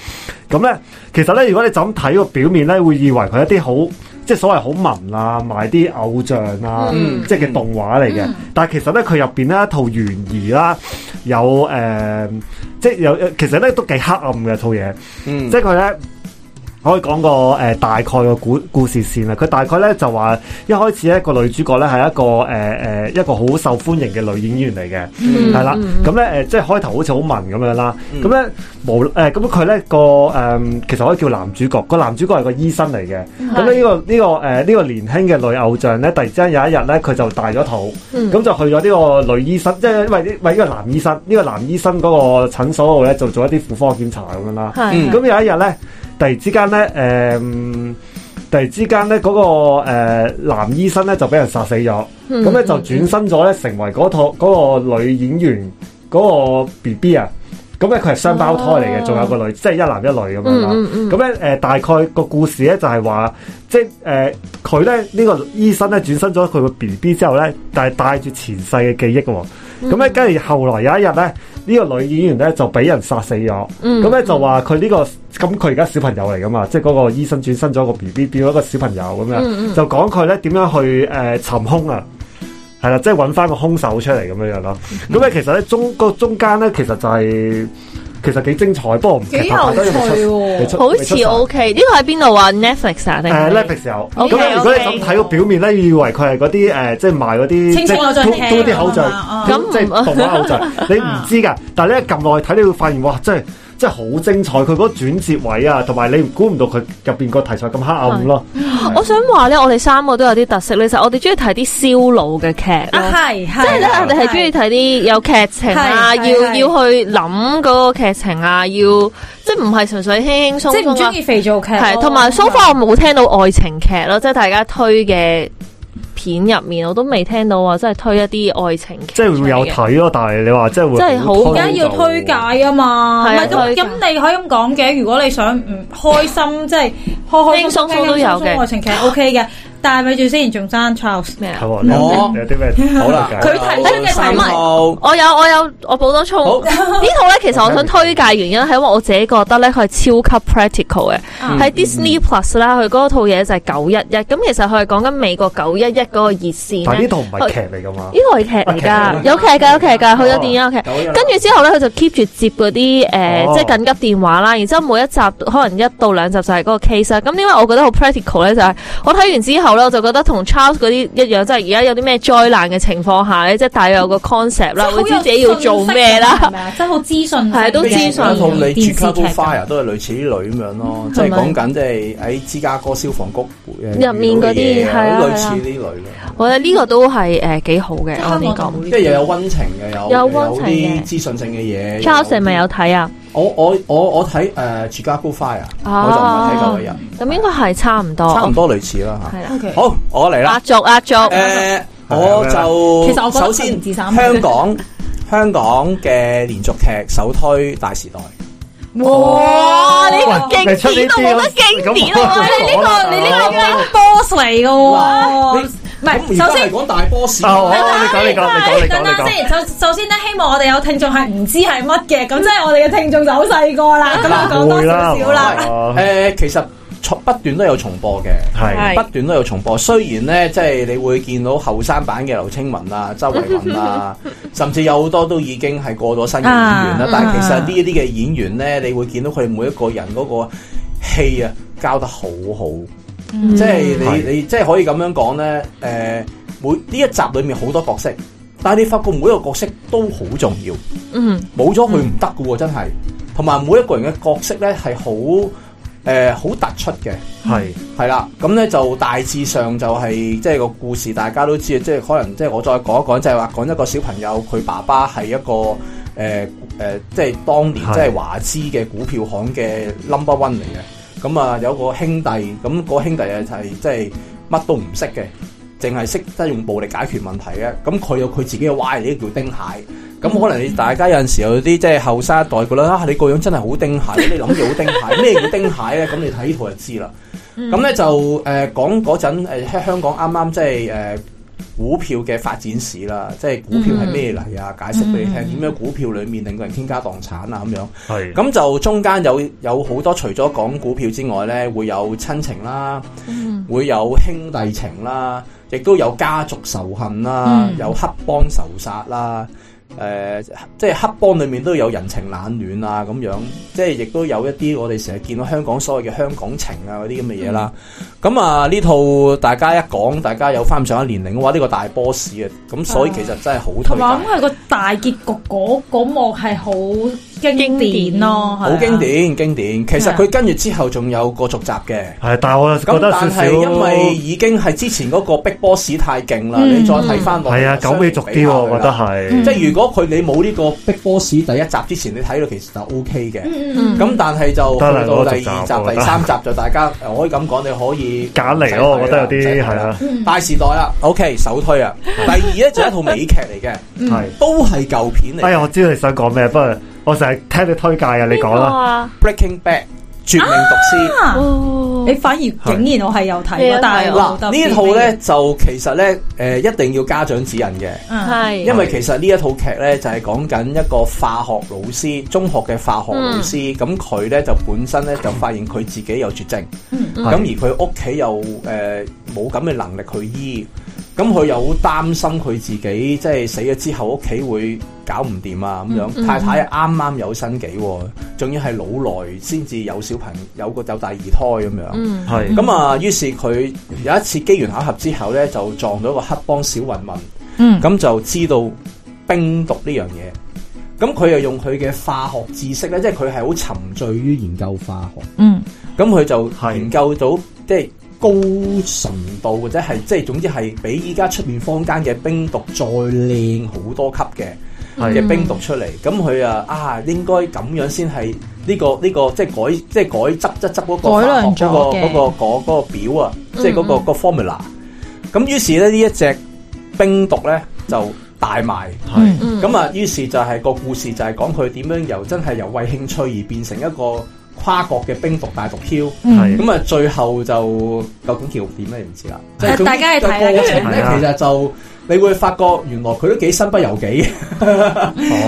Speaker 1: 咁咧，其實咧，如果你就咁睇個表面咧，會以為佢一啲好即係所謂好文啊，賣啲偶像啊，
Speaker 4: 嗯
Speaker 1: 即係嘅動畫嚟嘅。但係其實咧，佢入邊咧一套懸疑啦，有誒、呃即係有其實咧都幾黑暗嘅套嘢。
Speaker 4: 嗯
Speaker 1: 即係佢咧，可以講個誒、呃大概個故故事線啦。啊佢大概咧就話一開始咧個女主角咧係一個誒誒、呃一個好受歡迎嘅女演員嚟嘅，
Speaker 4: Ừ.
Speaker 2: 嗯
Speaker 1: 係啦
Speaker 2: 嗯。
Speaker 1: 咁咧誒即係開頭好似好文咁樣啦。
Speaker 4: 嗯
Speaker 1: 咁咧無誒咁佢咧個誒、呃其實可以叫男主角，個男主角係個醫生嚟嘅。咁咧呢個呢、個誒呃呢、個年輕嘅女偶像咧，突然之間有一日咧佢就大咗肚。
Speaker 2: 嗯
Speaker 1: 咁就去咗呢個女醫生，即係因為呢為呢個男醫生，呢、個男醫生嗰個診所度咧，就做一啲婦科檢查咁樣啦。
Speaker 2: 係
Speaker 1: 咁有一日咧，突然之間咧，誒、突然之間咧，嗰、個、呃、男醫生咧就俾人殺死咗，
Speaker 2: 嗯
Speaker 1: 咁咧、就轉身咗咧成為嗰套嗰個女演員嗰個 B B 啊，咁咧佢係雙胞胎嚟嘅，
Speaker 2: 哦
Speaker 1: 仲、有個女，即係一男一女咁樣啦。
Speaker 2: 嗯嗯嗯，
Speaker 1: 咁咧誒大概個故事咧就係話，即係誒佢咧呢、個醫生咧轉身咗佢個 B B 之後咧，但係帶住前世嘅記憶喎。
Speaker 2: 嗯
Speaker 1: 咁咧跟住後來有一日咧，呢、個女演員咧就俾人殺死咗。
Speaker 2: 嗯
Speaker 1: 咁咧就話佢呢個咁佢而家小朋友嚟噶嘛，即係嗰個醫生轉身咗個 B B 變咗一個小朋友咁樣，
Speaker 2: 嗯嗯
Speaker 1: 就講佢咧點樣去誒、呃、尋兇啊，係啦，即係揾翻個兇手出嚟咁樣樣咯。
Speaker 2: 嗯
Speaker 1: 咁咧、其實咧中個中間咧其實就係、其實幾精彩，不過唔劇
Speaker 3: 幾
Speaker 1: 透太多
Speaker 3: 有
Speaker 1: 因為出
Speaker 3: 趣喎！
Speaker 1: 出
Speaker 2: 好
Speaker 1: 未出
Speaker 2: 似
Speaker 1: 晒
Speaker 2: OK，呢個喺邊度啊？Netflix 啊定
Speaker 1: 誒
Speaker 2: 係
Speaker 1: Netflix 有，咁
Speaker 2: OK，
Speaker 1: 咧如果你
Speaker 2: OK
Speaker 1: 咁睇個表面咧，以為佢係嗰啲誒，即係賣嗰啲即
Speaker 3: 青春偶
Speaker 1: 係
Speaker 3: 像
Speaker 1: 都
Speaker 3: 劇
Speaker 1: 都啲口
Speaker 3: 啊嘛
Speaker 1: 像，
Speaker 2: 啊
Speaker 1: 咁即係動畫口像，你唔知㗎。但係咧撳落去睇，你會發現哇，真係真係好精彩，佢嗰個轉折位啊，同埋你估唔到佢入邊個題材咁黑暗咯。
Speaker 2: 哦我想話咧，我哋三個都有啲特色咧，就係我哋中意睇啲燒腦嘅劇咯。
Speaker 3: 啊系，即
Speaker 2: 即係咧，我哋係中意睇啲有劇情啊，
Speaker 3: 係
Speaker 2: 要
Speaker 3: 係
Speaker 2: 要
Speaker 3: 係
Speaker 2: 去諗嗰個劇情啊，要即係唔係純粹輕輕鬆鬆
Speaker 3: 即系唔
Speaker 2: 啊
Speaker 3: 中意肥皂劇咯，
Speaker 2: 系，同埋 so far 我冇聽到愛情劇咯，即係大家推嘅片入面，我都未聽到啊話真係推一啲愛情劇出
Speaker 1: 即
Speaker 2: 嚟
Speaker 1: 係
Speaker 2: 嘅，
Speaker 1: 會有睇咯，但係你話即係會
Speaker 2: 真係好
Speaker 1: 推
Speaker 3: 而家要
Speaker 1: 到
Speaker 3: 推介啊嘛，唔
Speaker 2: 係啊
Speaker 3: 係咁
Speaker 2: 推介
Speaker 3: 咁你可以咁講嘅。如果你想唔開心，即係開開心
Speaker 2: 輕鬆鬆都有嘅
Speaker 3: 輕鬆鬆愛情劇 OK 嘅，但係咪住先，仲爭 Charles
Speaker 2: 咩啊
Speaker 1: 係？喎你有
Speaker 3: 哦
Speaker 4: 我
Speaker 1: 你有啲咩？
Speaker 4: 好啦，
Speaker 3: 佢提出嘅
Speaker 4: 三
Speaker 3: 題目
Speaker 4: 套
Speaker 2: 我有我有我補多充
Speaker 4: 好
Speaker 2: 呢套咧，其實我想推介原因係因為我自己覺得咧佢係超級 practical 嘅，喺
Speaker 1: 嗯
Speaker 2: Disney Plus 啦，佢嗰套嘢就係九一一，咁其實佢係講緊美國九一一嗰個熱線
Speaker 1: 但係呢
Speaker 2: 咧。
Speaker 1: 套唔係劇嚟噶嘛
Speaker 2: 呢？套係劇嚟
Speaker 1: 啊
Speaker 2: 㗎，
Speaker 1: 劇
Speaker 2: 有劇㗎，有劇㗎，佢有電影有劇。
Speaker 4: 九一一
Speaker 2: 跟住之後咧，佢就 keep 住接嗰啲
Speaker 1: 哦
Speaker 2: 誒，即係緊急電話啦。然之後每一集可能一到兩集就係嗰個 case 啦。咁點解我覺得好 practical 咧？就係、我睇完之後咧，我就覺得同 Charles 嗰啲一樣，即係而家有啲咩災難嘅情況下咧，即係大約有個 concept 啦，會知自己要做咩啦。，
Speaker 3: 即啊係好資訊性嘅，
Speaker 2: 係都資訊
Speaker 4: 嗰套你
Speaker 3: 電視劇
Speaker 4: Chicago
Speaker 3: 咁
Speaker 4: Fire 都係啊類似啲類咁樣咯，即係講緊即係喺芝加哥消防局
Speaker 2: 入面嗰啲
Speaker 4: 係
Speaker 2: 係啊
Speaker 4: 類似
Speaker 2: 係啊
Speaker 4: 啲類咯，
Speaker 2: 我覺得呢個都係誒幾好嘅，我
Speaker 3: 香
Speaker 2: 哋講
Speaker 3: 港就。會
Speaker 4: 即係又有温情嘅，有
Speaker 2: 有溫情嘅
Speaker 4: 啲資訊性嘅嘢。
Speaker 2: Charles 係咪
Speaker 4: 啲
Speaker 2: 有睇啊？
Speaker 4: 我我我我睇誒 Chicago Fire，我就唔係啊睇九個人，
Speaker 2: 咁應該係差唔多。
Speaker 4: 差唔多類似啦
Speaker 2: 哦係啊啦。
Speaker 3: OK
Speaker 4: 嚇。好，我嚟
Speaker 2: 壓
Speaker 4: 啦。
Speaker 2: 軸壓軸。
Speaker 4: 誒，我就
Speaker 3: 啊其實我覺得
Speaker 4: 首
Speaker 3: 佢唔
Speaker 4: 先
Speaker 3: 自省
Speaker 4: 香港香港嘅連續劇首推《大時代》。
Speaker 2: 哇！呢個
Speaker 1: 喂你出
Speaker 2: 經典
Speaker 1: 呢
Speaker 2: 都
Speaker 1: 啲
Speaker 2: 冇得經典
Speaker 1: 咁我
Speaker 2: 啊！
Speaker 1: 就
Speaker 2: 喂
Speaker 1: 講啦
Speaker 3: 哇你呢個你呢個 boss 嚟嘅喎，唔係
Speaker 4: 咁而家
Speaker 3: 首先哦
Speaker 4: 係。講大 boss
Speaker 1: 啊，我
Speaker 4: 啊
Speaker 1: 你講你講 你講你
Speaker 3: 等等
Speaker 1: 講。
Speaker 3: 先，首首先咧，希望我哋有聽眾係唔知係乜嘅，咁即係我哋嘅聽眾就好細個啦，咁就講多少少啦。
Speaker 1: 哦
Speaker 4: 誒，其實重不斷都有重播嘅。
Speaker 1: 係
Speaker 4: 不斷都有重播，雖然咧即係你會見到後生版嘅劉青雲 啊、周慧敏啊，甚至有好多都已經係過咗身嘅演員啦
Speaker 3: 啊。
Speaker 4: 但係其實
Speaker 3: 啊
Speaker 4: 呢一啲嘅演員咧，你會見到佢哋每一個人嗰個戲啊，交得好好，
Speaker 3: 嗯
Speaker 4: 即
Speaker 1: 係
Speaker 4: 係你你即係可以咁樣講咧。誒、每呢一集裡面好多角色，但係你發覺每一個角色都好重要。
Speaker 2: 嗯，
Speaker 4: 冇咗佢唔得嘅喎，真係。同埋每一個人嘅角色咧係好誒好突出嘅，
Speaker 1: 係
Speaker 4: 係啦。咁咧就大致上就係、即係個故事，大家都知嘅。啊即係可能即係我再講一講，就係話講一個小朋友，佢爸爸係一個誒誒、呃呃即係當年
Speaker 1: 係
Speaker 4: 即係華資嘅股票行嘅 number one 嚟嘅。咁啊有個兄弟，咁、個兄弟啊就係即係乜都唔識嘅，淨係識得用暴力解決問題嘅。咁佢有佢自己嘅 Y，呢叫丁蟹。咁可能你大家有陣時有啲即係後生一代覺得啊，你個樣真係好丁蟹，你諗住好丁蟹，咩叫丁蟹咧？咁你睇呢套就知啦。咁咧就誒、呃、講嗰陣誒喺香港啱啱即係誒股票嘅發展史啦，即係股票係咩嚟啊？解釋俾你聽，點樣股票裡面令到人傾家蕩產啊咁樣。
Speaker 1: 係
Speaker 4: 咁就中間有有好多除咗講股票之外咧，會有親情啦，
Speaker 3: 嗯
Speaker 4: 會有兄弟情啦，亦都有家族仇恨啦，
Speaker 3: 嗯
Speaker 4: 有黑幫仇殺啦。誒、即係黑幫裏面都有人情冷暖啊，咁樣，即係亦都有一啲我哋成日見到香港所謂嘅香港情啊嗰啲咁嘅嘢啦。
Speaker 3: 嗯
Speaker 4: 咁啊呢套大家一講，大家有翻咁上下年齡嘅話，呢、個大 boss 啊，咁所以其實真係好推
Speaker 3: 同埋我
Speaker 4: 介，
Speaker 3: 諗佢個大結局嗰嗰幕係好經典咯，係啊
Speaker 4: 嗯好經。典經典。其實佢跟住之後仲有個續集嘅。
Speaker 1: 係，但係我覺
Speaker 4: 咁
Speaker 1: 得少
Speaker 4: 但
Speaker 1: 少
Speaker 4: 係因為已經係之前嗰個逼 boss 太勁啦，
Speaker 3: 嗯
Speaker 4: 你再睇翻落去
Speaker 1: 係啊，九尾續啲喎，我覺得。係
Speaker 3: 嗯
Speaker 4: 即係如果佢你冇呢個逼 boss 第一集之前，你睇到其實就 O K 嘅。
Speaker 3: 嗯嗯
Speaker 4: 咁但係就
Speaker 1: 得啦
Speaker 4: 去到
Speaker 1: 嗰個續
Speaker 4: 第
Speaker 1: 集
Speaker 4: 二
Speaker 1: 我
Speaker 4: 集、
Speaker 1: 覺
Speaker 4: 第
Speaker 1: 得
Speaker 4: 三集就大家我可以咁講，你可以
Speaker 1: 揀嚟咯，我
Speaker 4: 啊
Speaker 1: 覺得有啲係啊啦，
Speaker 3: 嗯
Speaker 4: 大時代啦，OK 首推啊。第二咧就係一套美劇嚟嘅，
Speaker 2: 嗯
Speaker 1: 係。
Speaker 4: 都係舊片嚟
Speaker 1: 哎
Speaker 4: 嘅
Speaker 1: 呀，我知道你想講咩，不過我成日聽你推介啊，你講啦。
Speaker 2: 啦。
Speaker 4: ，Breaking Bad 絕命毒師。
Speaker 3: 啊
Speaker 2: 哦
Speaker 3: 你反而竟然我係有睇
Speaker 2: 你有
Speaker 3: 過，但
Speaker 2: 睇
Speaker 3: 係啊我冇
Speaker 4: 嗱
Speaker 3: 特別
Speaker 4: 呢套咧就其實咧誒一定要家長指引嘅。
Speaker 3: 嗯
Speaker 2: 係
Speaker 4: 因為其實呢一套劇呢，就係講緊一個化學老師，中學嘅化學老師，咁佢呢，就本身呢，就發現佢自己有絕症，咁、
Speaker 1: 係
Speaker 4: 而佢屋企又誒冇咁嘅能力去醫，咁佢又好擔心佢自己即係死咗之後屋企會搞唔掂啊咁樣。太太啱啱有身紀喎，仲要係老來先至有小朋友，有個有第二胎咁
Speaker 2: 嗯
Speaker 4: 樣。
Speaker 1: 係
Speaker 4: 咁啊，於是佢有一次機緣巧合之後呢，就撞到一個黑幫小混混。
Speaker 3: 嗯
Speaker 4: 咁就知道冰毒呢樣嘢。咁佢又用佢嘅化學知識咧，即係佢係好沉醉於研究化學。
Speaker 2: 嗯，
Speaker 4: 咁佢就
Speaker 1: 係
Speaker 4: 研究到即係高純度或者係即係總之係比依家出面坊間嘅冰毒再靚好多級嘅
Speaker 1: 係
Speaker 4: 嘅冰毒出嚟。咁佢啊啊應該咁樣先係呢個呢、個即係改即係改執執執嗰個化
Speaker 3: 改
Speaker 4: 學
Speaker 3: 良
Speaker 4: 嗰、
Speaker 3: 咗
Speaker 4: 個
Speaker 3: 嘅
Speaker 4: 嗰、個嗰、嗰個表啊，即係嗰、個、
Speaker 2: 嗯嗯
Speaker 4: 個 formula。咁於是咧呢一隻冰毒咧就大賣。
Speaker 1: 係
Speaker 2: 嗯
Speaker 4: 咁啊，於是就係個故事就係講佢點樣由真係由為興趣而變成一個跨國嘅冰毒大毒梟。
Speaker 2: 嗯
Speaker 1: 係
Speaker 4: 咁啊，最後就究竟叫點咧？唔知啦。即係
Speaker 3: 啊 大家去睇啦
Speaker 4: 個過程
Speaker 1: 係
Speaker 4: 咧，
Speaker 1: 啊
Speaker 4: 其實就你會發覺原來佢都幾身不由己。咁、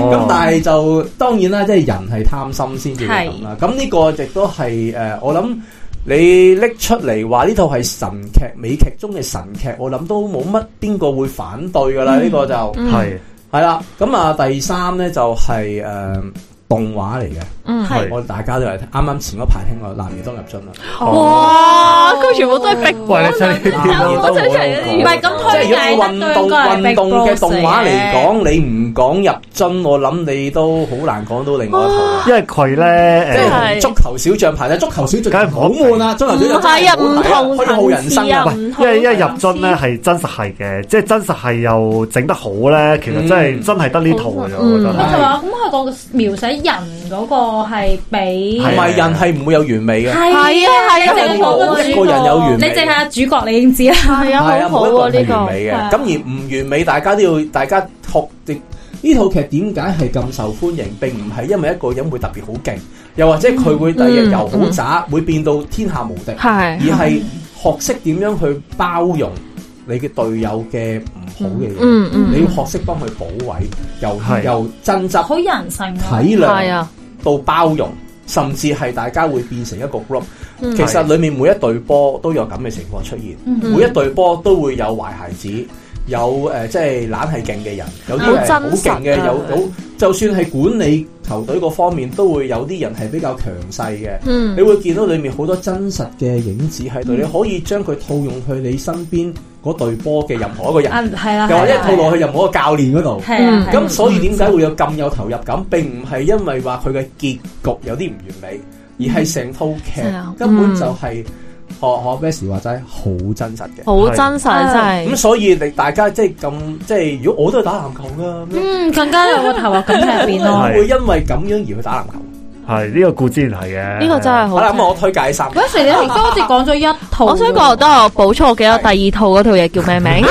Speaker 1: 哦，
Speaker 4: 但係就當然啦，即係人係貪心先至會咁啦。咁呢個亦都係誒，我諗你拎出嚟話呢套係神劇、美劇中嘅神劇，我諗都冇乜邊個會反對噶啦。呢、個就。
Speaker 2: 嗯
Speaker 1: 係
Speaker 4: 系啦，咁啊第三咧就係呃動畫嚟嘅，
Speaker 2: 嗯
Speaker 3: 係
Speaker 1: 係
Speaker 4: 我哋大家都係啱啱前嗰排聽過《南兒當入樽》 啦，
Speaker 2: 哇！佢全部都係逼
Speaker 1: 哦喂你真係
Speaker 2: 有冇真係
Speaker 3: 唔係咁推
Speaker 4: 即係如果你運動
Speaker 3: 推介得對
Speaker 4: 運動嘅
Speaker 3: Big Boss
Speaker 4: 動畫嚟講，你唔講入樽，我諗你都好難講到另外一套。
Speaker 1: 因為佢
Speaker 4: 即
Speaker 1: 咧
Speaker 2: 係
Speaker 1: 誒，
Speaker 4: 係同足球小將排咧，足球小將
Speaker 1: 梗係唔好
Speaker 4: 好悶啦，足球小
Speaker 2: 唔
Speaker 4: 將
Speaker 2: 係啊，唔同
Speaker 4: 虛耗人生
Speaker 2: 層次啊，
Speaker 4: 啊！
Speaker 2: 唔同
Speaker 1: 因為因為入
Speaker 2: 層次
Speaker 1: 樽咧係真實係嘅，即係真實係又整得好咧，其實真係
Speaker 4: 嗯
Speaker 1: 真係得呢套嘅啫，我覺
Speaker 2: 嗯
Speaker 1: 得
Speaker 3: 我就話咁佢個描寫人嗰個係比
Speaker 4: 唔
Speaker 1: 係
Speaker 4: 係人係唔會有完美嘅，
Speaker 3: 係
Speaker 2: 係啊係啊，
Speaker 3: 你淨係
Speaker 4: 冇
Speaker 3: 講
Speaker 4: 一
Speaker 3: 主
Speaker 4: 個人有完
Speaker 3: 你
Speaker 4: 美。
Speaker 3: 淨係阿主角，你已經知啦。
Speaker 2: 係啊，
Speaker 4: 係
Speaker 2: 好好啊
Speaker 4: 冇一個
Speaker 2: 呢
Speaker 4: 人係完
Speaker 2: 個，
Speaker 4: 美嘅。
Speaker 3: 係啊
Speaker 4: 咁而唔完美，大家都要大家學定呢套劇點解係咁受歡迎？並唔係因為一個人會特別好勁，又或者佢會第日
Speaker 2: 嗯
Speaker 4: 由好渣會變到天下無敵，而
Speaker 2: 係
Speaker 4: 係學識點樣去包容你嘅隊友嘅唔好嘅嘢。
Speaker 2: 嗯嗯，
Speaker 4: 你要學識幫佢補位，由
Speaker 1: 係
Speaker 4: 由爭執、
Speaker 3: 好人性啊！
Speaker 4: 體
Speaker 2: 係
Speaker 4: 諒
Speaker 2: 啊，
Speaker 4: 到包容，甚至係大家會變成一個 group。
Speaker 2: 嗯
Speaker 4: 其實裡面每一隊波都有咁嘅情況出現。
Speaker 3: 嗯
Speaker 4: 每一隊波都會有壞孩子，有誒、呃即係懶係勁嘅人，有啲係好
Speaker 2: 好真實
Speaker 4: 勁嘅，
Speaker 2: 啊
Speaker 4: 有好就算係管理球隊嗰方面，都會有啲人係比較強勢嘅。
Speaker 2: 嗯
Speaker 4: 你會見到裡面好多真實嘅影子喺度，你可以將佢套用去你身邊嗰隊波嘅任何一個人，
Speaker 3: 啊，係啦，
Speaker 4: 又或者
Speaker 3: 係啦
Speaker 4: 套落去任何一個教練嗰度。
Speaker 3: 係啊，
Speaker 4: 咁所以點解會有咁有投入感？並唔係因為話佢嘅結局有啲唔完美，而係成套劇
Speaker 2: 嗯係啊
Speaker 4: 根本
Speaker 2: 嗯
Speaker 4: 就係學學 Bess 話齋好真實嘅。
Speaker 2: 好真實真
Speaker 4: 咁
Speaker 2: 係，
Speaker 4: 所以你大家即係咁，即係如果我都係打籃球噶，咁樣
Speaker 3: 嗯，更加有個投入感喺入邊咯。
Speaker 1: 係
Speaker 4: 會因為咁樣而去打籃球。
Speaker 1: 係呢個固之然係嘅，
Speaker 2: 呢個真係好
Speaker 4: 好。啦，咁我推介三，
Speaker 3: 嗰時你頭先好似講咗一套，
Speaker 2: 我想講，等我補充，我記得第二套嗰套嘢叫咩 名？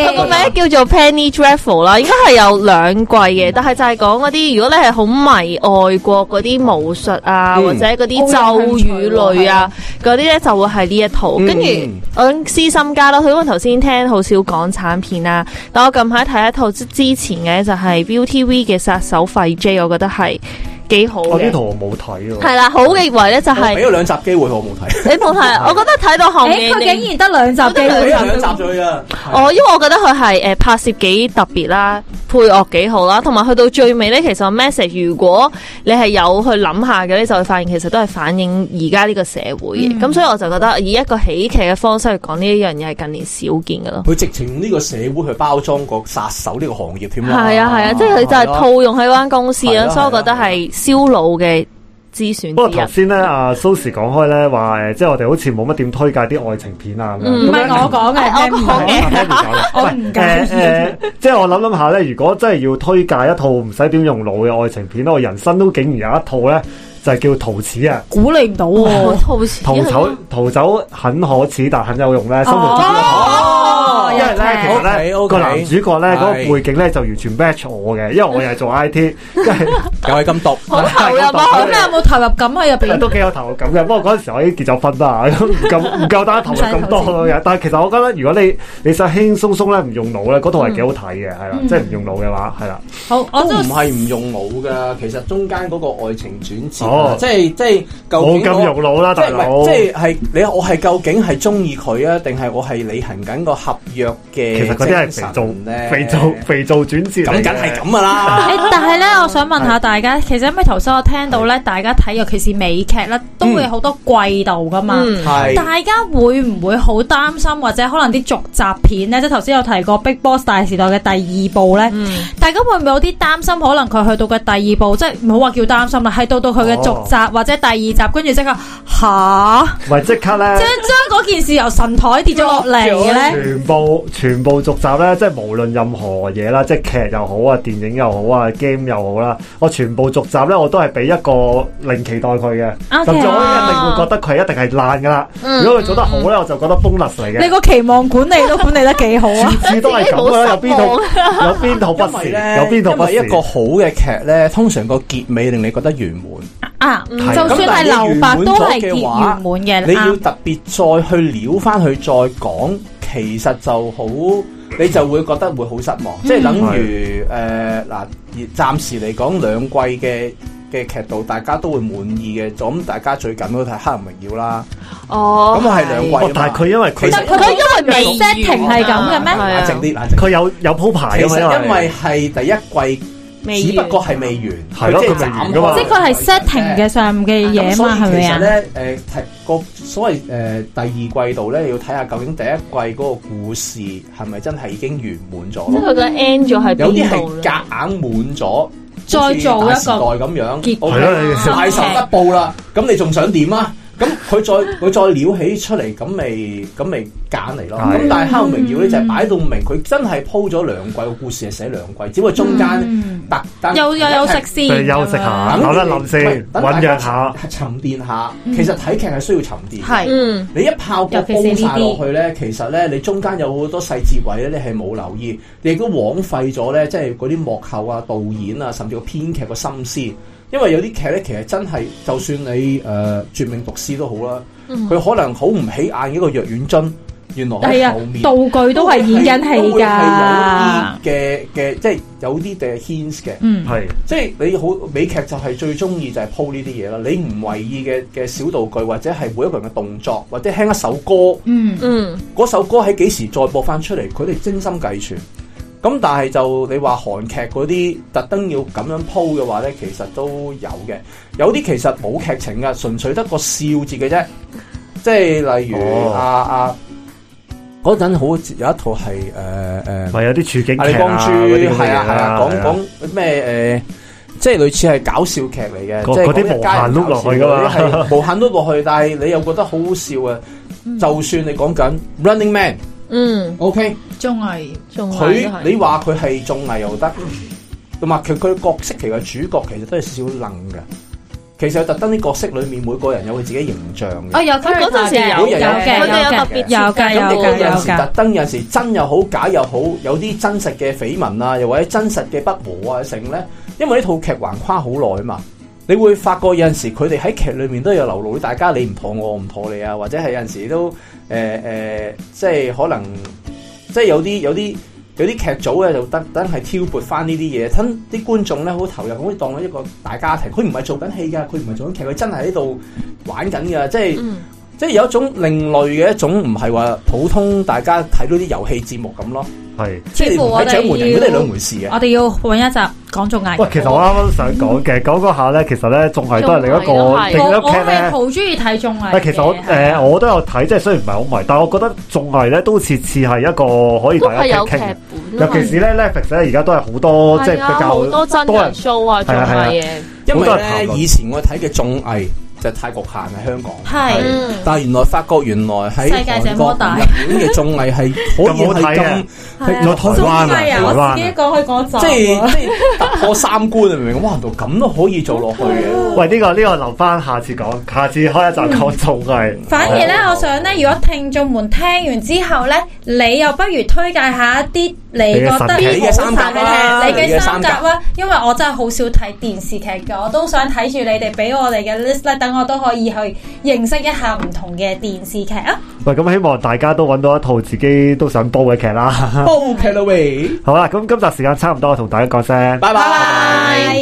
Speaker 2: 佢個名叫做 Penny Dreadful 啦，應該係有兩季
Speaker 4: 嗯
Speaker 2: 嘅，但係就係講嗰啲如果你係好迷外國嗰啲武術啊，
Speaker 4: 嗯
Speaker 2: 或者嗰啲咒語類啊，嗰啲咧就會係呢一套。
Speaker 4: 嗯
Speaker 2: 跟住我諗私心加啦，因為頭先聽好少港產片啦，但我近排睇一套之之前嘅就係 ViuTV 嘅殺手費 J，我覺得係幾好
Speaker 4: 哦
Speaker 1: 我呢
Speaker 2: 嘅
Speaker 1: 套。我冇睇喎，
Speaker 2: 係啦，好嘅位咧就係、
Speaker 4: 俾咗兩集機會我冇 睇，
Speaker 2: 你冇睇，我覺得睇到後
Speaker 3: 誒，
Speaker 2: 面你。
Speaker 3: 佢竟然得兩集機
Speaker 4: 俾
Speaker 3: 會，
Speaker 4: 咗兩集咗佢啊。
Speaker 2: 哦，因為我覺得佢係誒拍攝幾特別啦，配樂幾好啦，同埋去到最尾咧，其實個 message 如果你係有去諗下嘅咧，就會發現其實都係反映而家呢個社會嘅。咁、所以我就覺得以一個喜劇嘅方式去講呢一樣嘢係近年少見嘅咯。
Speaker 4: 佢直情用呢個社會去包裝個殺手呢個行業添啦。
Speaker 2: 係啊係啊，即係佢就係
Speaker 4: 係啊。
Speaker 2: 套用喺嗰間公司
Speaker 4: 係
Speaker 2: 啦，
Speaker 4: 啊
Speaker 2: 所以我覺得
Speaker 4: 係啊係
Speaker 2: 係燒腦嘅之選
Speaker 1: 不過
Speaker 2: 之
Speaker 1: 頭
Speaker 2: 一。
Speaker 1: 先咧，阿 Susie 講開咧話誒，即係我哋好似冇乜點推介啲愛情片啊咁樣。
Speaker 2: 嗯
Speaker 3: 唔係我 講嘅，
Speaker 2: 係我
Speaker 1: 係
Speaker 2: 講嘅
Speaker 1: 係係
Speaker 3: 我唔介
Speaker 1: 誒
Speaker 3: 意
Speaker 1: 誒，即係我諗諗下咧，如果真係要推介一套唔使點用腦嘅愛情片咧，我人生都竟然有一套咧，就係叫《陶瓷》啊，
Speaker 3: 估你唔到喎。
Speaker 2: 套錢
Speaker 1: 逃
Speaker 3: 啊
Speaker 1: 走逃走很可恥，但很哦有用咧，生活中嘅可能。
Speaker 3: 哦
Speaker 1: 因為咧，其實咧
Speaker 4: OK，OK
Speaker 1: 個男主角咧
Speaker 4: 係
Speaker 1: 嗰個背景咧就完全 match 我嘅，因為我又係做 I T，
Speaker 4: 又係咁毒，
Speaker 2: 好投入啊！
Speaker 3: 咁你有冇投入感喺入邊？
Speaker 1: 都幾有投入
Speaker 3: 嗯
Speaker 1: 感嘅。不過嗰陣時我已經結咗婚啦，咁唔 夠唔夠膽投入咁多嘅。但係其實我覺得，如果你你想輕輕鬆鬆咧，唔用腦咧，嗰套係幾好睇嘅，係啦，
Speaker 3: 嗯
Speaker 1: 即係唔用腦嘅話，係
Speaker 4: 嗯
Speaker 1: 啦，
Speaker 3: 好，我
Speaker 4: 都
Speaker 3: 都
Speaker 4: 唔係唔用腦噶。其實中間嗰個愛情轉折啊
Speaker 1: 哦，
Speaker 4: 即係即係究
Speaker 1: 冇
Speaker 4: 竟
Speaker 1: 咁
Speaker 4: 哦我
Speaker 1: 用腦啦，
Speaker 4: 即
Speaker 1: 大
Speaker 4: 係
Speaker 1: 佬
Speaker 4: 唔係。即係係你我係究竟係中意佢啊，定係我係履行緊個合約約嘅，
Speaker 1: 其實嗰啲係肥皂
Speaker 4: 咧，
Speaker 1: 肥皂肥皂轉折
Speaker 4: 咁
Speaker 1: 嚟嘅
Speaker 4: 梗係咁噶啦。
Speaker 3: 诶，但係咧，我想問下大家，其實因為頭先我聽到咧，大家睇尤其是美劇咧，都會好多季度噶嘛。
Speaker 2: 嗯
Speaker 4: 係
Speaker 3: 大家會唔會好擔心，或者可能啲續集片咧，即係頭先有提過《Big Boss 大時代》嘅第二部咧，大家會唔會有啲擔心？可能佢去到嘅第二部，即係唔好話叫擔心啦，係到到佢嘅續集、或者第二集，跟住即刻吓，
Speaker 1: 唔係即刻
Speaker 3: 即
Speaker 1: 咧
Speaker 3: 係。將嗰件事由神台跌咗落嚟咧。
Speaker 1: 全部全部續集咧，即係無論任何嘢啦，即係劇又好啊，電影又好啊，game 又好啦，我全部續集咧，我都係俾一個零期待佢嘅
Speaker 3: OK 啊嗯
Speaker 1: 甚至我一定會覺得佢一定係爛噶啦。如果佢做得好咧，我就覺得 bonus 嚟
Speaker 3: 你
Speaker 1: 嘅。
Speaker 3: 個期望管理都管理得幾好啊！
Speaker 1: 次次都係咁啦，有邊套有邊套不
Speaker 4: 因
Speaker 1: 是，
Speaker 4: 為
Speaker 1: 有
Speaker 4: 咧，
Speaker 1: 邊套
Speaker 4: 因
Speaker 1: 不
Speaker 4: 為
Speaker 1: 是
Speaker 4: 一。個好嘅劇咧，通常個結尾令你覺得圓滿。
Speaker 3: 啊，
Speaker 1: 係
Speaker 3: 就算係留白都係結完滿嘅，
Speaker 4: 你要
Speaker 3: 啱
Speaker 4: 特別再去撩翻去再講，其實就好，你就會覺得會好失望。即係等於誒嗱，而暫時嚟講兩季嘅嘅劇度，大家都會滿意嘅。咁大家最緊都睇《黑人榮耀》啦。
Speaker 2: 哦，
Speaker 4: 咁我係兩季啊
Speaker 1: 哦
Speaker 4: 嘛，
Speaker 1: 但係佢因為
Speaker 4: 其實
Speaker 1: 佢
Speaker 3: 但佢因為未
Speaker 2: 未
Speaker 3: setting 係咁嘅咩？
Speaker 2: 係啊
Speaker 4: 冷靜啲，冷靜啲。
Speaker 1: 佢有有鋪排
Speaker 4: 其
Speaker 1: 㗎嘛，
Speaker 4: 實因為係第一季。
Speaker 2: 未
Speaker 4: 只不過
Speaker 2: 完
Speaker 4: 係未完，
Speaker 1: 係咯
Speaker 4: 即
Speaker 1: 佢
Speaker 4: 係
Speaker 1: 未完
Speaker 4: 斬
Speaker 1: 㗎嘛
Speaker 4: 開
Speaker 3: 即係佢係 setting 嘅上面嘅嘢嘛，係咪
Speaker 4: 咁所以其實
Speaker 3: 啊？
Speaker 4: 咧，誒提個所謂誒、呃第二季度咧，要睇下究竟第一季嗰個故事係咪真係已經圓滿咗
Speaker 2: 即係
Speaker 4: 咯？
Speaker 2: 佢嘅 end 咗喺
Speaker 4: 有啲
Speaker 2: 邊度
Speaker 4: 係
Speaker 2: 咧？
Speaker 4: 夾硬滿咗，
Speaker 3: 再做一個
Speaker 4: 好似大時代咁樣，
Speaker 1: 係
Speaker 3: 結
Speaker 1: 咯你
Speaker 4: OK，大仇得報啦，咁你仲想點啊？咁佢 再佢再撩起出嚟，咁咪咁咪揀嚟咯。
Speaker 1: 係
Speaker 4: 咁但係《黑暗榮耀》咧就係擺到明，佢真係鋪咗兩季個故事係寫兩季，只不過中間
Speaker 3: 嗯
Speaker 4: 特登
Speaker 3: 又又有食先，
Speaker 1: 佢休息
Speaker 3: 啊
Speaker 1: 下，
Speaker 4: 等
Speaker 1: 諗一諗先，
Speaker 4: 等大
Speaker 1: 醖
Speaker 4: 家
Speaker 1: 釀下。
Speaker 4: 沉澱下。其實睇劇係需要沉澱。
Speaker 3: 嗯係
Speaker 2: 嗯，
Speaker 4: 你一炮過
Speaker 3: 尤
Speaker 4: 煲
Speaker 3: 其是呢啲
Speaker 4: 晒落去咧，其實咧你中間有好多細節位咧，你係冇留意，你亦都枉費咗咧，即係嗰啲幕後啊、導演啊，甚至個編劇個心思。因為有啲劇咧，其實真係就算你誒、呃、絕命毒師都好啦，佢、可能好唔起眼一個藥丸樽，原來
Speaker 3: 嗯係
Speaker 4: 喺
Speaker 3: 啊
Speaker 4: 後面，。
Speaker 3: 道具都係演緊戲
Speaker 4: 都會係
Speaker 3: 㗎。
Speaker 4: 有啲嘅嘅，即係有啲嘅 hints 嘅。
Speaker 3: 嗯，
Speaker 1: 係
Speaker 4: 即係你好美劇就係最中意就係鋪呢啲嘢啦，你唔為意嘅嘅小道具或者係每一個人嘅動作或者聽一首歌，
Speaker 3: 嗯，
Speaker 2: 嗯，
Speaker 4: 嗰首歌喺幾時再播翻出嚟，佢哋精心計算。咁但係就你話韓劇嗰啲特登要咁樣鋪嘅話咧，其實都有嘅。有啲其實冇劇情噶，純粹得個笑字嘅啫。即係例如
Speaker 1: 哦
Speaker 4: 啊啊嗰陣好似有一套係誒誒。
Speaker 1: 咪有啲處境
Speaker 4: 阿李
Speaker 1: 劇
Speaker 4: 光
Speaker 1: 啊
Speaker 4: 洙
Speaker 1: 嗰啲咁嘅
Speaker 4: 係
Speaker 1: 嘢
Speaker 4: 啊係啊，
Speaker 1: 啦
Speaker 4: 講
Speaker 1: 係啊
Speaker 4: 講咩誒，即係類似係搞笑劇嚟嘅，
Speaker 1: 嗰
Speaker 4: 即係
Speaker 1: 嗰啲
Speaker 4: 講一家人
Speaker 1: 無限碌落去㗎嘛
Speaker 4: 搞 笑嗰啲係無限碌落去，但係你又覺得好好笑啊！就算你講緊 Running Man，OK，、
Speaker 2: 嗯，
Speaker 3: 綜藝
Speaker 2: 仲係
Speaker 4: 佢你話佢係綜藝又得，同埋佢佢角色其實主角其實都係少少愣嘅，其實特登啲角色裡面每個人有佢自己形象嘅。
Speaker 3: 啊有
Speaker 2: 嗰陣時有
Speaker 4: 有嘅
Speaker 2: 佢哋有
Speaker 4: 嘅
Speaker 2: 特別
Speaker 3: 啊有
Speaker 2: 設
Speaker 3: 嘅
Speaker 4: 咁
Speaker 2: 計
Speaker 4: 亦
Speaker 3: 有
Speaker 4: 都
Speaker 3: 嘅
Speaker 4: 有時
Speaker 3: 㗎
Speaker 4: 特登，有時真又好，假又好，有啲真實嘅緋聞啊，又或者真實嘅不和啊，成咧。因為呢套劇橫跨好耐啊嘛，你會發覺有陣時佢哋喺劇裏面都有流露，大家你唔妥我，我唔妥你啊，或者係有陣時都誒誒、呃呃即係可能即係有啲有啲。有啲劇組咧就特登係挑撥翻呢啲嘢，等啲觀眾咧好投入，好似當咗一個大家庭。佢唔係做緊戲㗎，佢唔係做緊劇，佢真係喺度玩緊㗎，即係。
Speaker 2: 嗯
Speaker 4: 即係有一種另類嘅一種，唔係話普通大家睇到啲遊戲節目咁咯。
Speaker 1: 係。
Speaker 4: 即係你唔睇掌門人嗰啲係兩回事嘅。
Speaker 3: 我哋要揾一集講綜藝。
Speaker 1: 喂，其實我啱啱想講嘅，講嗰下咧，其實咧仲係都係另一個
Speaker 2: 嗯仲係
Speaker 1: 另
Speaker 3: 我
Speaker 1: 一
Speaker 3: 我
Speaker 1: 劇
Speaker 3: 係
Speaker 1: 咧。
Speaker 3: 好中意睇綜藝嘅。
Speaker 1: 但其實我誒、呃我都有睇，即係雖然唔係好迷，但係我覺得綜藝咧都似似係一個可以
Speaker 2: 都
Speaker 1: 大
Speaker 2: 係
Speaker 1: 家
Speaker 2: 有
Speaker 1: 傾
Speaker 2: 嗯劇
Speaker 1: 傾。
Speaker 2: 本啊
Speaker 1: 尤
Speaker 2: 嘛，
Speaker 1: 其是咧 Netflix 咧，而家都係好多即係
Speaker 2: 係啊
Speaker 1: 比較
Speaker 2: 好多真
Speaker 1: 多人
Speaker 2: 人 show 啊，仲
Speaker 1: 係啊係啊
Speaker 2: 係嘢，
Speaker 4: 因為
Speaker 1: 好多人談
Speaker 4: 咧
Speaker 1: 論
Speaker 4: 以前我睇嘅綜藝就太局限喺香港，
Speaker 3: 係
Speaker 2: 嗯
Speaker 4: 但係原來發覺原來喺
Speaker 3: 世界這
Speaker 4: 韓國
Speaker 3: 麼
Speaker 4: 同
Speaker 3: 大
Speaker 4: 日本嘅綜藝係可以
Speaker 1: 咁好
Speaker 4: 係
Speaker 1: 睇啊
Speaker 4: 咁，
Speaker 3: 係啊
Speaker 1: 有台灣啊
Speaker 3: 綜藝
Speaker 1: 台灣啊
Speaker 3: 我自己講可以講一集
Speaker 4: 即
Speaker 3: 喎
Speaker 4: 係即係突破三觀，你明唔明？哇，原來咁都可以做落去嘅。
Speaker 1: 喂，呢、個呢、個留翻下次講，下次開一集講綜藝。啊
Speaker 3: 反而咧，我想咧，如果聽眾們聽完之後咧，你又不如推介下一啲你覺得
Speaker 1: 你
Speaker 4: 嘅三甲啦
Speaker 3: 好睇嘅劇
Speaker 4: 你
Speaker 3: 你
Speaker 4: 嘅
Speaker 3: 嘅
Speaker 4: 三
Speaker 3: 三
Speaker 4: 甲
Speaker 3: 甲啦，因為我真係好少睇電視劇嘅，我都想睇住你哋俾我哋嘅 list 咧，等我都可以去認識一下唔同嘅電視劇啊。
Speaker 1: 喂，咁希望大家都揾到一套自己都想煲嘅劇啦。
Speaker 4: 煲劇啦喂，
Speaker 1: 好啦，咁今集時間差唔多，我同大家講聲。
Speaker 4: 拜
Speaker 3: 拜
Speaker 4: 拜。
Speaker 3: 拜。